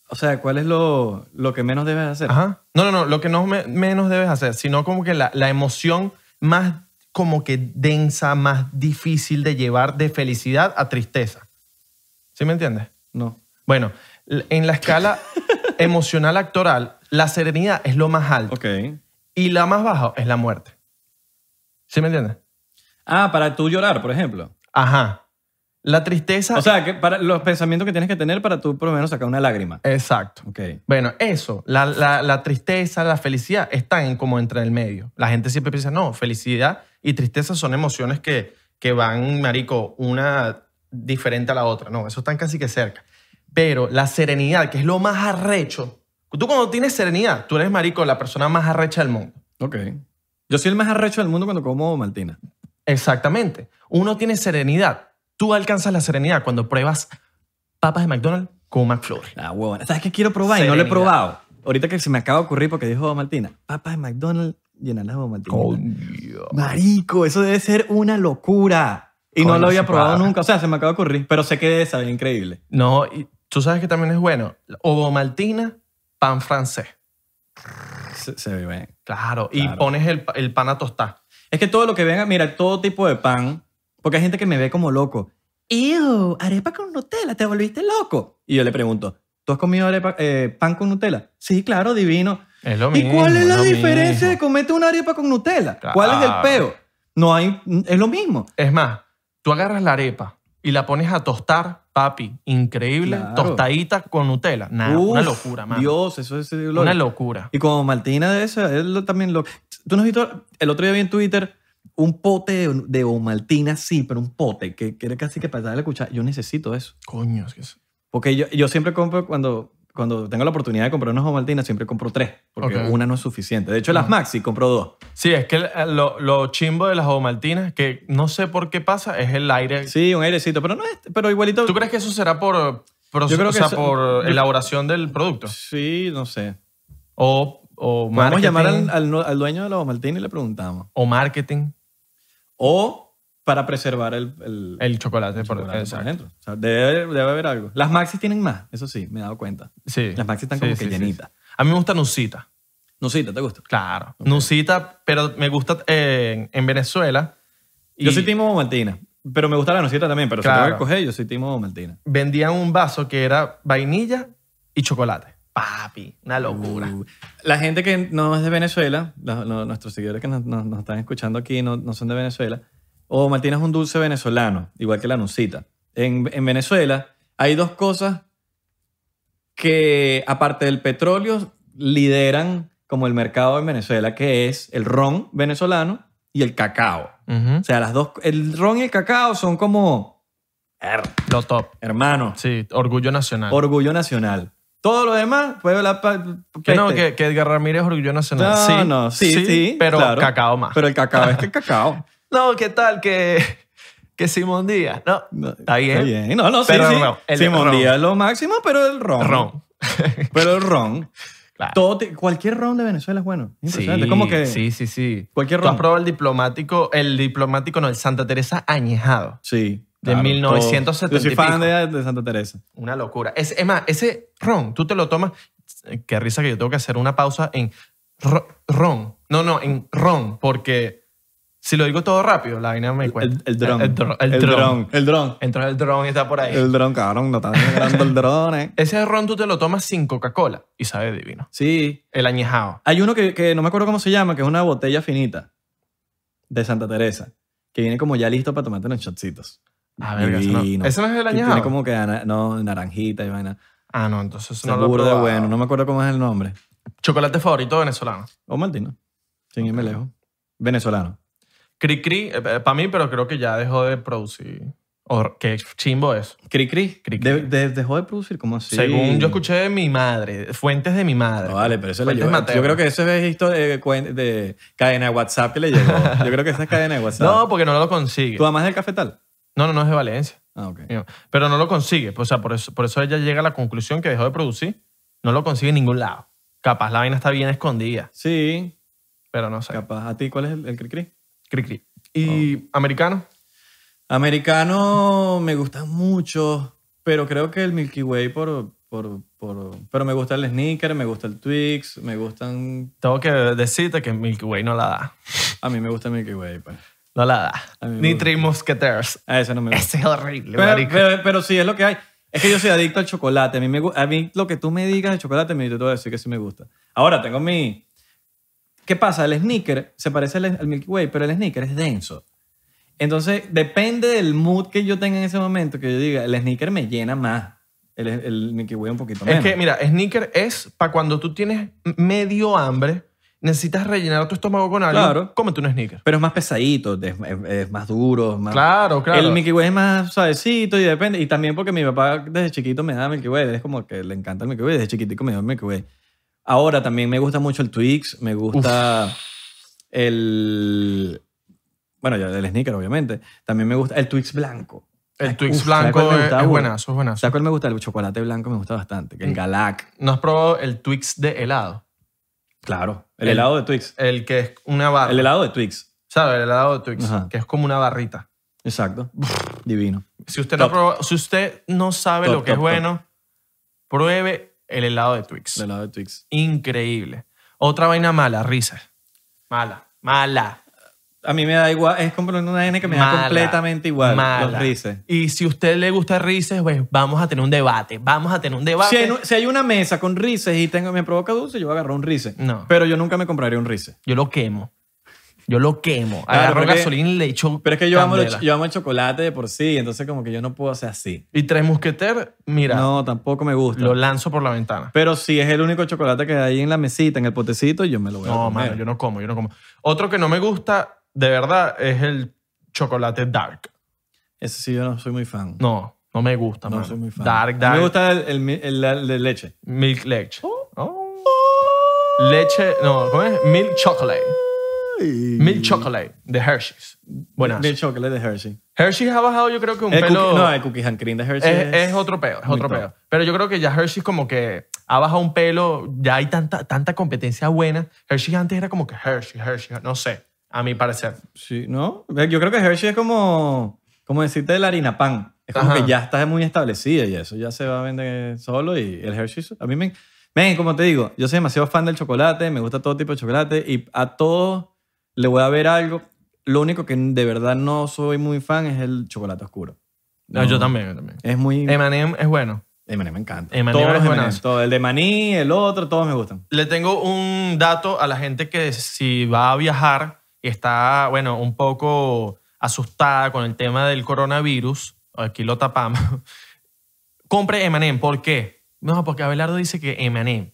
[SPEAKER 1] O sea, ¿cuál es lo, lo que menos debes hacer?
[SPEAKER 2] Ajá. No, no, no, lo que no me- menos debes hacer, sino como que la, la emoción más como que densa, más difícil de llevar de felicidad a tristeza. ¿Sí me entiendes?
[SPEAKER 1] No.
[SPEAKER 2] Bueno, l- en
[SPEAKER 1] [LAUGHS]
[SPEAKER 2] la escala emocional actoral, la serenidad es lo más alto
[SPEAKER 1] Ok.
[SPEAKER 2] y la más baja es la muerte. ¿Sí me entiendes?
[SPEAKER 1] Ah, para tú llorar, por ejemplo.
[SPEAKER 2] Ajá. La tristeza...
[SPEAKER 1] O sea, que para los pensamientos que tienes que tener para tú por lo menos sacar una lágrima.
[SPEAKER 2] exacto.
[SPEAKER 1] Ok.
[SPEAKER 2] Bueno, eso, la, la- la tristeza, la felicidad están en como entre el medio. La gente siempre piensa, no, felicidad y tristeza son emociones que, que van, marico, una diferente a la otra. No, eso están casi que cerca. Pero la serenidad, que es lo más arrecho. Tú cuando tienes serenidad, tú eres, marico, la persona más arrecha del mundo.
[SPEAKER 1] Ok. Yo soy el más arrecho del mundo cuando como maltina.
[SPEAKER 2] Exactamente. Uno tiene serenidad. Tú alcanzas la serenidad cuando pruebas papas de McDonald's con McFlurry.
[SPEAKER 1] La huevona. ¿Sabes qué quiero probar? Y no lo he
[SPEAKER 2] Serenidad.
[SPEAKER 1] probado. Ahorita que se me acaba de ocurrir porque dijo Maltina. Papas de McDonald's llenan las de Maltina. Marico, eso debe ser una locura. Y no
[SPEAKER 2] Coño,
[SPEAKER 1] lo había
[SPEAKER 2] sí,
[SPEAKER 1] probado
[SPEAKER 2] para.
[SPEAKER 1] nunca. O sea, se me acaba de ocurrir. Pero sé que debe saber increíble.
[SPEAKER 2] No, y tú Tú sabes que también es bueno. Ovo maltina, pan francés.
[SPEAKER 1] Se, se ve bien.
[SPEAKER 2] Claro. Y
[SPEAKER 1] Claro.
[SPEAKER 2] pones el, el pan a tostar.
[SPEAKER 1] Es que todo lo que venga, mira, todo tipo de pan, porque hay gente que me ve como loco. ¡Ew! Arepa con Nutella, te volviste loco. Y yo le pregunto, ¿tú has comido arepa, eh, pan con Nutella? Sí, claro, divino.
[SPEAKER 2] Es lo
[SPEAKER 1] ¿Y
[SPEAKER 2] mismo.
[SPEAKER 1] cuál es la
[SPEAKER 2] lo
[SPEAKER 1] diferencia de
[SPEAKER 2] mismo.
[SPEAKER 1] comerte una arepa con Nutella? ¿Cuál es el
[SPEAKER 2] Claro.
[SPEAKER 1] peo? No hay, es lo mismo.
[SPEAKER 2] Es más, tú agarras la arepa y la pones a tostar, papi. Increíble.
[SPEAKER 1] Claro.
[SPEAKER 2] Tostadita con Nutella. Nada, una
[SPEAKER 1] Uf,
[SPEAKER 2] locura, mano.
[SPEAKER 1] Dios, eso es gloria.
[SPEAKER 2] Una locura.
[SPEAKER 1] Y como Martina de eso, él lo- también lo... Tú no has visto, el otro día vi en Twitter un pote de, de Omaltina, sí, pero un pote, que, que era casi que para la cuchara. Yo necesito eso.
[SPEAKER 2] Coño, es que es-
[SPEAKER 1] Porque yo, yo siempre compro, cuando, cuando tengo la oportunidad de comprar unas Omaltinas, siempre compro tres, porque
[SPEAKER 2] Ok.
[SPEAKER 1] una no es suficiente. De hecho, las
[SPEAKER 2] Ah.
[SPEAKER 1] Maxi compro dos.
[SPEAKER 2] Sí, es que eh, lo, lo chimbo de las ovomaltinas, que no sé por qué pasa, es el aire.
[SPEAKER 1] Sí, un airecito, pero no es, pero igualito...
[SPEAKER 2] ¿Tú crees que eso será por, proce-
[SPEAKER 1] Yo creo
[SPEAKER 2] o
[SPEAKER 1] que
[SPEAKER 2] sea,
[SPEAKER 1] eso-
[SPEAKER 2] por
[SPEAKER 1] yo-
[SPEAKER 2] elaboración del producto?
[SPEAKER 1] Sí, no sé.
[SPEAKER 2] O, o
[SPEAKER 1] Vamos a
[SPEAKER 2] marketing.
[SPEAKER 1] llamar al, al nu- al dueño de la Omaltina y le preguntamos.
[SPEAKER 2] O marketing.
[SPEAKER 1] O para preservar el... el-
[SPEAKER 2] El chocolate, por,
[SPEAKER 1] chocolate por
[SPEAKER 2] exacto.
[SPEAKER 1] dentro. O sea, debe, debe haber algo. Las Maxis tienen más, eso sí, me he dado cuenta.
[SPEAKER 2] Sí.
[SPEAKER 1] Las Maxi están
[SPEAKER 2] Sí,
[SPEAKER 1] como
[SPEAKER 2] sí,
[SPEAKER 1] que
[SPEAKER 2] sí, sí.
[SPEAKER 1] llenitas.
[SPEAKER 2] A mí me gusta Nusita.
[SPEAKER 1] Nusita, ¿te gusta?
[SPEAKER 2] Claro. Nusita, pero me gusta eh, en, en Venezuela.
[SPEAKER 1] Yo
[SPEAKER 2] y
[SPEAKER 1] soy Timo Martina, pero me gusta la Nusita también, pero si
[SPEAKER 2] Claro.
[SPEAKER 1] tengo que coger, yo soy Timo Martina.
[SPEAKER 2] Vendían un vaso que era vainilla y chocolate. Papi, una locura.
[SPEAKER 1] Uh, La gente que no es de Venezuela, la- no- nuestros seguidores que nos, nos- nos están escuchando aquí no, no son de Venezuela, o Martina es un dulce venezolano, igual que la Nusita. En, en Venezuela hay dos cosas que, aparte del petróleo, lideran como el mercado en Venezuela, que es el ron venezolano y el cacao.
[SPEAKER 2] Ujú.
[SPEAKER 1] O sea, las dos, el ron y el cacao son como er-
[SPEAKER 2] Lo top.
[SPEAKER 1] hermanos,
[SPEAKER 2] Sí, orgullo nacional.
[SPEAKER 1] orgullo nacional. Todo lo demás puede hablar pa-
[SPEAKER 2] Que no,
[SPEAKER 1] peste.
[SPEAKER 2] que, que Edgar Ramírez Orgullo Nacional.
[SPEAKER 1] este. No,
[SPEAKER 2] sí,
[SPEAKER 1] no, sí, sí,
[SPEAKER 2] Pero
[SPEAKER 1] claro.
[SPEAKER 2] cacao más.
[SPEAKER 1] Pero el cacao es que el cacao.
[SPEAKER 2] no, ¿qué tal que, que Simón Díaz? No,
[SPEAKER 1] No,
[SPEAKER 2] [LAUGHS] está bien.
[SPEAKER 1] No, no, sí,
[SPEAKER 2] Pero
[SPEAKER 1] sí.
[SPEAKER 2] no, el
[SPEAKER 1] Simón
[SPEAKER 2] ron.
[SPEAKER 1] Díaz es lo máximo, pero el ron.
[SPEAKER 2] Ron.
[SPEAKER 1] Pero el
[SPEAKER 2] [LAUGHS]
[SPEAKER 1] ron.
[SPEAKER 2] Claro.
[SPEAKER 1] Todo ti- cualquier ron de Venezuela es bueno. Es Impresionante.
[SPEAKER 2] Sí,
[SPEAKER 1] como que
[SPEAKER 2] sí, sí, sí.
[SPEAKER 1] cualquier
[SPEAKER 2] ¿Tú has
[SPEAKER 1] ron.
[SPEAKER 2] probado el diplomático, el diplomático, no, el Santa Teresa añejado?
[SPEAKER 1] Sí.
[SPEAKER 2] De
[SPEAKER 1] claro,
[SPEAKER 2] 1970
[SPEAKER 1] todo. Yo soy fan
[SPEAKER 2] y
[SPEAKER 1] de, de Santa Teresa.
[SPEAKER 2] Una locura. Es, es más, ese ron, tú te lo tomas. Qué risa que yo tengo que hacer una pausa en ro- ron. No, no, en ron, porque si lo digo todo rápido, la vaina me cuenta.
[SPEAKER 1] El, el dron.
[SPEAKER 2] El, dron. El, dron.
[SPEAKER 1] dron. El dron.
[SPEAKER 2] Entonces el dron está por ahí.
[SPEAKER 1] El dron, cabrón. No está dando el dron, eh.
[SPEAKER 2] Ese ron tú te lo tomas sin Coca-Cola y sabe divino.
[SPEAKER 1] Sí.
[SPEAKER 2] El añejado.
[SPEAKER 1] Hay uno que, que no me acuerdo cómo se llama, que es una botella finita de Santa Teresa, que viene como ya listo para tomarte unos shotsitos.
[SPEAKER 2] A ver, ese Ah, no,
[SPEAKER 1] Divino.
[SPEAKER 2] ese no es el
[SPEAKER 1] Que
[SPEAKER 2] añejado.
[SPEAKER 1] Tiene como que ana- no, naranjita y vaina.
[SPEAKER 2] Ah, no, entonces eso
[SPEAKER 1] No
[SPEAKER 2] no lo he
[SPEAKER 1] de
[SPEAKER 2] probado.
[SPEAKER 1] bueno. No me acuerdo cómo es el nombre.
[SPEAKER 2] Chocolate favorito venezolano.
[SPEAKER 1] O Martino. Sin irme lejos. Venezolano.
[SPEAKER 2] Cri cri, para eh, mí, pero creo que ya dejó de producir. O, qué chimbo es.
[SPEAKER 1] Cri Cri.
[SPEAKER 2] Cri Cri.
[SPEAKER 1] De- de- dejó de producir como así.
[SPEAKER 2] Según yo escuché de mi madre, fuentes de mi madre.
[SPEAKER 1] No, vale, pero eso le
[SPEAKER 2] Fuentes
[SPEAKER 1] llegó.
[SPEAKER 2] Mateo.
[SPEAKER 1] Yo creo que eso es esto de, cuen- de cadena de WhatsApp que le [LAUGHS] llegó. Yo creo que esa es cadena de WhatsApp.
[SPEAKER 2] No, porque no lo consigue.
[SPEAKER 1] ¿Tu mamá es del cafetal?
[SPEAKER 2] No, no, no es de Valencia.
[SPEAKER 1] Ah, ok.
[SPEAKER 2] Mío. Pero no lo consigue. Pues, O sea, por eso, por eso ella llega a la conclusión que dejó de producir. No lo consigue en ningún lado. Capaz la vaina está bien escondida,
[SPEAKER 1] Sí.
[SPEAKER 2] pero no sé.
[SPEAKER 1] Capaz. ¿A ti cuál es el, el Cri Cri?
[SPEAKER 2] Cri, cri. ¿Y
[SPEAKER 1] Oh.
[SPEAKER 2] americano?
[SPEAKER 1] Americano me gustan mucho, pero creo que el Milky Way por, por, por... Pero me gusta el Sneaker, me gusta el Twix, me gustan...
[SPEAKER 2] Tengo que decirte que Milky Way no la da.
[SPEAKER 1] A mí me gusta el Milky Way, pues.
[SPEAKER 2] No la da.
[SPEAKER 1] A mí me
[SPEAKER 2] Ni
[SPEAKER 1] gusta.
[SPEAKER 2] Three Musketeers.
[SPEAKER 1] A eso no me gusta.
[SPEAKER 2] Ese es horrible,
[SPEAKER 1] Pero,
[SPEAKER 2] marico.
[SPEAKER 1] pero, pero sí, es lo que hay. Es que yo soy adicto al chocolate. A mí, me, gu- a mí lo que tú me digas de chocolate, me, yo te voy a decir que sí me gusta. Ahora, tengo mi... ¿Qué pasa? El sneaker se parece al, al Milky Way, pero el sneaker es denso. Entonces, depende del mood que yo tenga en ese momento, que yo diga, el sneaker me llena más. El, el Milky Way un poquito
[SPEAKER 2] es
[SPEAKER 1] menos.
[SPEAKER 2] que, mira, sneaker es para cuando tú tienes medio hambre, necesitas rellenar tu estómago con algo.
[SPEAKER 1] Claro.
[SPEAKER 2] Cómete un sneaker.
[SPEAKER 1] Pero es más pesadito, es, es- es más duro. Más...
[SPEAKER 2] Claro, claro.
[SPEAKER 1] Ah. El Milky Way es más suavecito y depende. Y también porque mi papá desde chiquito me daba Milky Way. Es como que le encanta el Milky Way. Desde chiquitico me dio el Milky Way. Ahora también me gusta mucho el Twix. Me gusta el... Bueno, ya el sneaker, obviamente. También me gusta el Twix blanco.
[SPEAKER 2] El Twix
[SPEAKER 1] Uf,
[SPEAKER 2] blanco
[SPEAKER 1] ¿sabes cuál me
[SPEAKER 2] es,
[SPEAKER 1] gustaba,
[SPEAKER 2] es
[SPEAKER 1] bro?
[SPEAKER 2] buenazo, es
[SPEAKER 1] O
[SPEAKER 2] buenazo.
[SPEAKER 1] sea, ¿cuál me gusta? El chocolate blanco me gusta bastante. que El
[SPEAKER 2] Mm.
[SPEAKER 1] Galac.
[SPEAKER 2] ¿No has probado el Twix de helado?
[SPEAKER 1] Claro. El,
[SPEAKER 2] El-
[SPEAKER 1] helado de Twix.
[SPEAKER 2] El que es una barra.
[SPEAKER 1] El helado de Twix.
[SPEAKER 2] ¿Sabes? El helado de Twix,
[SPEAKER 1] Ajá.
[SPEAKER 2] que es como una barrita.
[SPEAKER 1] Exacto. [LAUGHS] Divino.
[SPEAKER 2] Si usted, no,
[SPEAKER 1] Top.
[SPEAKER 2] ha probado- si usted no sabe
[SPEAKER 1] Top,
[SPEAKER 2] lo que
[SPEAKER 1] top,
[SPEAKER 2] es bueno, Pruebe el helado de Twix.
[SPEAKER 1] Del lado de Twix.
[SPEAKER 2] Increíble. Otra vaina mala, risas. Mala, mala.
[SPEAKER 1] A mí me da igual, es como una vaina que me da
[SPEAKER 2] Mala.
[SPEAKER 1] completamente igual.
[SPEAKER 2] mala.
[SPEAKER 1] Los rices.
[SPEAKER 2] Y si a usted le gusta rices, pues vamos a tener un debate. Vamos a tener un debate.
[SPEAKER 1] Si hay, si hay una mesa con rices y tengo, me provoca dulce, yo voy a agarrar un rice.
[SPEAKER 2] No.
[SPEAKER 1] Pero yo nunca me compraría un rice.
[SPEAKER 2] Yo lo quemo. Yo lo quemo.
[SPEAKER 1] Claro,
[SPEAKER 2] Agarro
[SPEAKER 1] porque-
[SPEAKER 2] gasolina y le echo.
[SPEAKER 1] Pero es que yo amo, el,
[SPEAKER 2] candela.
[SPEAKER 1] cho- yo amo el chocolate de por sí, entonces como que yo no puedo hacer así.
[SPEAKER 2] Y tres mosqueter, mira,
[SPEAKER 1] No, tampoco me gusta.
[SPEAKER 2] lo lanzo por la ventana.
[SPEAKER 1] Pero si es el único chocolate que hay en la mesita, en el potecito, yo me lo voy a
[SPEAKER 2] No,
[SPEAKER 1] comer.
[SPEAKER 2] mano, yo no como, yo no como. Otro que no me gusta, de verdad, es el chocolate dark.
[SPEAKER 1] Ese sí yo no soy muy fan.
[SPEAKER 2] No, no me gusta,
[SPEAKER 1] No
[SPEAKER 2] mano.
[SPEAKER 1] soy muy fan.
[SPEAKER 2] Dark,
[SPEAKER 1] A mí
[SPEAKER 2] dark.
[SPEAKER 1] Me gusta el, el mi- el- el de leche.
[SPEAKER 2] Milk leche. Oh. Leche, no, ¿cómo es? Milk chocolate.
[SPEAKER 1] Mm.
[SPEAKER 2] Milk chocolate de Hershey's. Buenas.
[SPEAKER 1] Milk chocolate de Hershey.
[SPEAKER 2] Hershey's ha bajado, yo creo que un
[SPEAKER 1] El
[SPEAKER 2] pelo.
[SPEAKER 1] cookie- no, el cookie hand cream de Hershey.
[SPEAKER 2] es, es otro peo, es
[SPEAKER 1] muy
[SPEAKER 2] otro
[SPEAKER 1] top.
[SPEAKER 2] peo. Pero yo creo que ya Hershey's como que ha bajado un pelo, ya hay tanta, tanta competencia buena. Hershey's antes era como que Hershey, Hershey, no sé, a mi parecer.
[SPEAKER 1] Sí, ¿no? Yo creo que Hershey es como, como decirte la harina pan. Es como
[SPEAKER 2] Ajá.
[SPEAKER 1] que ya está muy establecida y eso ya se va a vender solo y el Hershey a mí me... Men, como te digo, yo soy demasiado fan del chocolate, me gusta todo tipo de chocolate y a todos le voy a ver algo. Lo único que de verdad no soy muy fan es el chocolate oscuro.
[SPEAKER 2] No, yo también, yo también.
[SPEAKER 1] Es muy...
[SPEAKER 2] M&M es bueno.
[SPEAKER 1] M&M me encanta.
[SPEAKER 2] M&M
[SPEAKER 1] Todos
[SPEAKER 2] es
[SPEAKER 1] los M&M,
[SPEAKER 2] buenazo.
[SPEAKER 1] todo. El de maní, el otro, todos me gustan.
[SPEAKER 2] Le tengo un dato a la gente que si va a viajar y está, bueno, un poco asustada con el tema del coronavirus, aquí lo tapamos, [LAUGHS] compre M&M. ¿Por qué? No, porque Abelardo dice que M&M.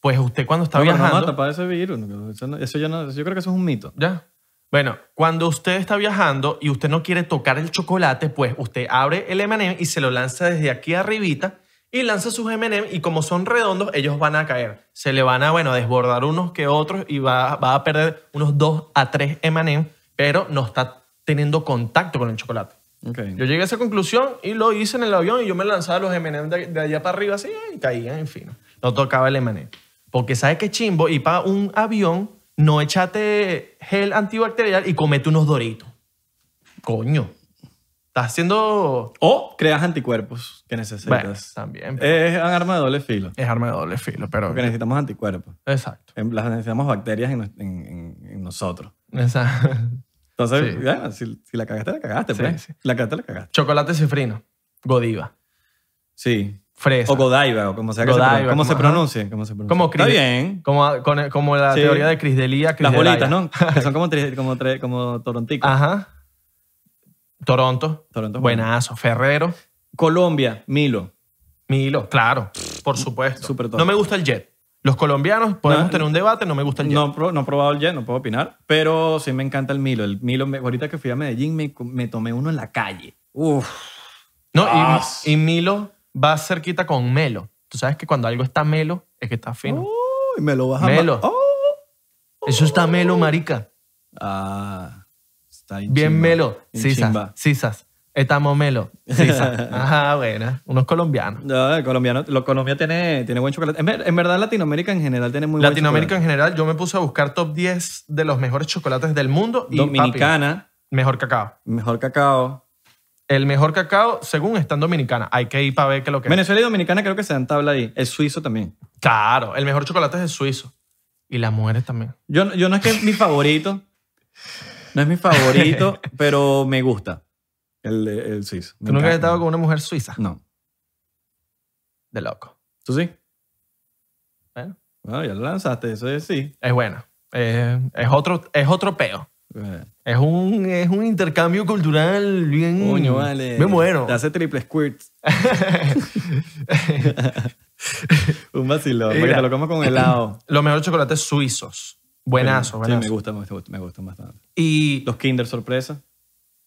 [SPEAKER 2] Pues usted cuando está
[SPEAKER 1] No, pero no
[SPEAKER 2] viajando...
[SPEAKER 1] mata para ese virus. no, Eso, no- eso yo, no, yo creo que eso es un mito.
[SPEAKER 2] Ya. Bueno, cuando usted está viajando y usted no quiere tocar el chocolate, pues usted abre el M&M y se lo lanza desde aquí arribita y lanza sus M&M y como son redondos, ellos van a caer. Se le van a, bueno, desbordar unos que otros y va, va a perder unos 2 a 3 M&M, pero no está teniendo contacto con el chocolate.
[SPEAKER 1] Okay.
[SPEAKER 2] Yo llegué a esa conclusión y lo hice en el avión y yo me lanzaba los M&M de, de allá para arriba así y caían, en fin. No tocaba el M&M. Porque sabes que chimbo, y para un avión no echate gel antibacterial y comete unos doritos. Coño. Estás haciendo...
[SPEAKER 1] O creas anticuerpos que
[SPEAKER 2] Bueno,
[SPEAKER 1] necesitas.
[SPEAKER 2] también. pero
[SPEAKER 1] Es un arma de doble filo.
[SPEAKER 2] es arma de doble filo, pero...
[SPEAKER 1] Porque necesitamos anticuerpos.
[SPEAKER 2] Exacto.
[SPEAKER 1] En- Las necesitamos bacterias en, nos- en- en- en nosotros.
[SPEAKER 2] Exacto.
[SPEAKER 1] Entonces,
[SPEAKER 2] Sí.
[SPEAKER 1] bueno, si, si la cagaste, la cagaste.
[SPEAKER 2] Sí,
[SPEAKER 1] pues.
[SPEAKER 2] sí.
[SPEAKER 1] La cagaste, la cagaste.
[SPEAKER 2] [LAUGHS] Chocolate cifrino. Godiva.
[SPEAKER 1] Sí.
[SPEAKER 2] Fresa.
[SPEAKER 1] O Godiva, o como sea que se
[SPEAKER 2] Godiva,
[SPEAKER 1] pronuncie. ¿Cómo se
[SPEAKER 2] como-
[SPEAKER 1] pronuncie. ¿Cómo se pronuncia?
[SPEAKER 2] Como
[SPEAKER 1] Está
[SPEAKER 2] Cris-
[SPEAKER 1] bien.
[SPEAKER 2] como, con- como la
[SPEAKER 1] Sí.
[SPEAKER 2] teoría de Cris Delia.
[SPEAKER 1] Las bolitas, ¿no?
[SPEAKER 2] [LAUGHS]
[SPEAKER 1] Que son como, tri- como, tre- como torontico.
[SPEAKER 2] Ajá. Toronto.
[SPEAKER 1] Toronto.
[SPEAKER 2] Buenazo, Ferrero,
[SPEAKER 1] Colombia, Milo.
[SPEAKER 2] Milo, claro, por supuesto.
[SPEAKER 1] Súper top.
[SPEAKER 2] no me gusta el jet. Los colombianos podemos
[SPEAKER 1] No.
[SPEAKER 2] tener un debate, no me gusta el jet.
[SPEAKER 1] No, he pro- no he probado el jet, no puedo opinar, pero sí me encanta el Milo. El Milo, me- ahorita que fui a Medellín, me, co- me tomé uno en la calle. Uf.
[SPEAKER 2] No, y-
[SPEAKER 1] Ah.
[SPEAKER 2] y, Milo va cerquita con Melo. Tú sabes que cuando algo está Melo es que está fino.
[SPEAKER 1] Uy, me lo vas a
[SPEAKER 2] Melo.
[SPEAKER 1] ma- Oh.
[SPEAKER 2] Uh. Eso está Melo, marica.
[SPEAKER 1] Ah, está bien.
[SPEAKER 2] Bien
[SPEAKER 1] chimba.
[SPEAKER 2] Melo.
[SPEAKER 1] Bien
[SPEAKER 2] Sisas,
[SPEAKER 1] chimba.
[SPEAKER 2] sisas. Estamos Melo. [LAUGHS] Sisas. Ajá, buena. Unos colombianos.
[SPEAKER 1] No, el colombiano, lo, Colombia tiene, tiene buen chocolate. En, ver- en verdad, Latinoamérica en general tiene muy
[SPEAKER 2] Latinoamérica
[SPEAKER 1] buen
[SPEAKER 2] en general, yo me puse a buscar top 10 de los mejores chocolates del mundo. Y,
[SPEAKER 1] chocolate.
[SPEAKER 2] papi,
[SPEAKER 1] Dominicana,
[SPEAKER 2] mejor cacao.
[SPEAKER 1] mejor cacao.
[SPEAKER 2] El mejor cacao, según está en Dominicana. Hay que ir para ver qué es lo que es.
[SPEAKER 1] Venezuela y Dominicana creo que se dan tabla ahí. El suizo también.
[SPEAKER 2] Claro, el mejor chocolate es el suizo. Y las mujeres también.
[SPEAKER 1] Yo, no- yo no es que es mi favorito. No es mi favorito,
[SPEAKER 2] [LAUGHS]
[SPEAKER 1] pero me gusta el, el suizo. Me
[SPEAKER 2] ¿Tú nunca has
[SPEAKER 1] encanta.
[SPEAKER 2] estado con una mujer suiza?
[SPEAKER 1] No.
[SPEAKER 2] De loco.
[SPEAKER 1] ¿Tú sí?
[SPEAKER 2] Bueno.
[SPEAKER 1] Bueno, ya lo lanzaste, eso es sí.
[SPEAKER 2] Es buena. Eh, es, otro, es otro peo.
[SPEAKER 1] Eh,
[SPEAKER 2] Es un, es un intercambio cultural bien...
[SPEAKER 1] Coño, vale.
[SPEAKER 2] Bien bueno.
[SPEAKER 1] Te hace triple [LAUGHS] squirt. Un vacilón. Porque
[SPEAKER 2] Mira.
[SPEAKER 1] te lo como con helado.
[SPEAKER 2] Los mejores chocolates suizos. Buenazo,
[SPEAKER 1] Sí,
[SPEAKER 2] buenazo.
[SPEAKER 1] me gusta, me gusta, me gustan bastante.
[SPEAKER 2] Y...
[SPEAKER 1] Los Kinder sorpresa.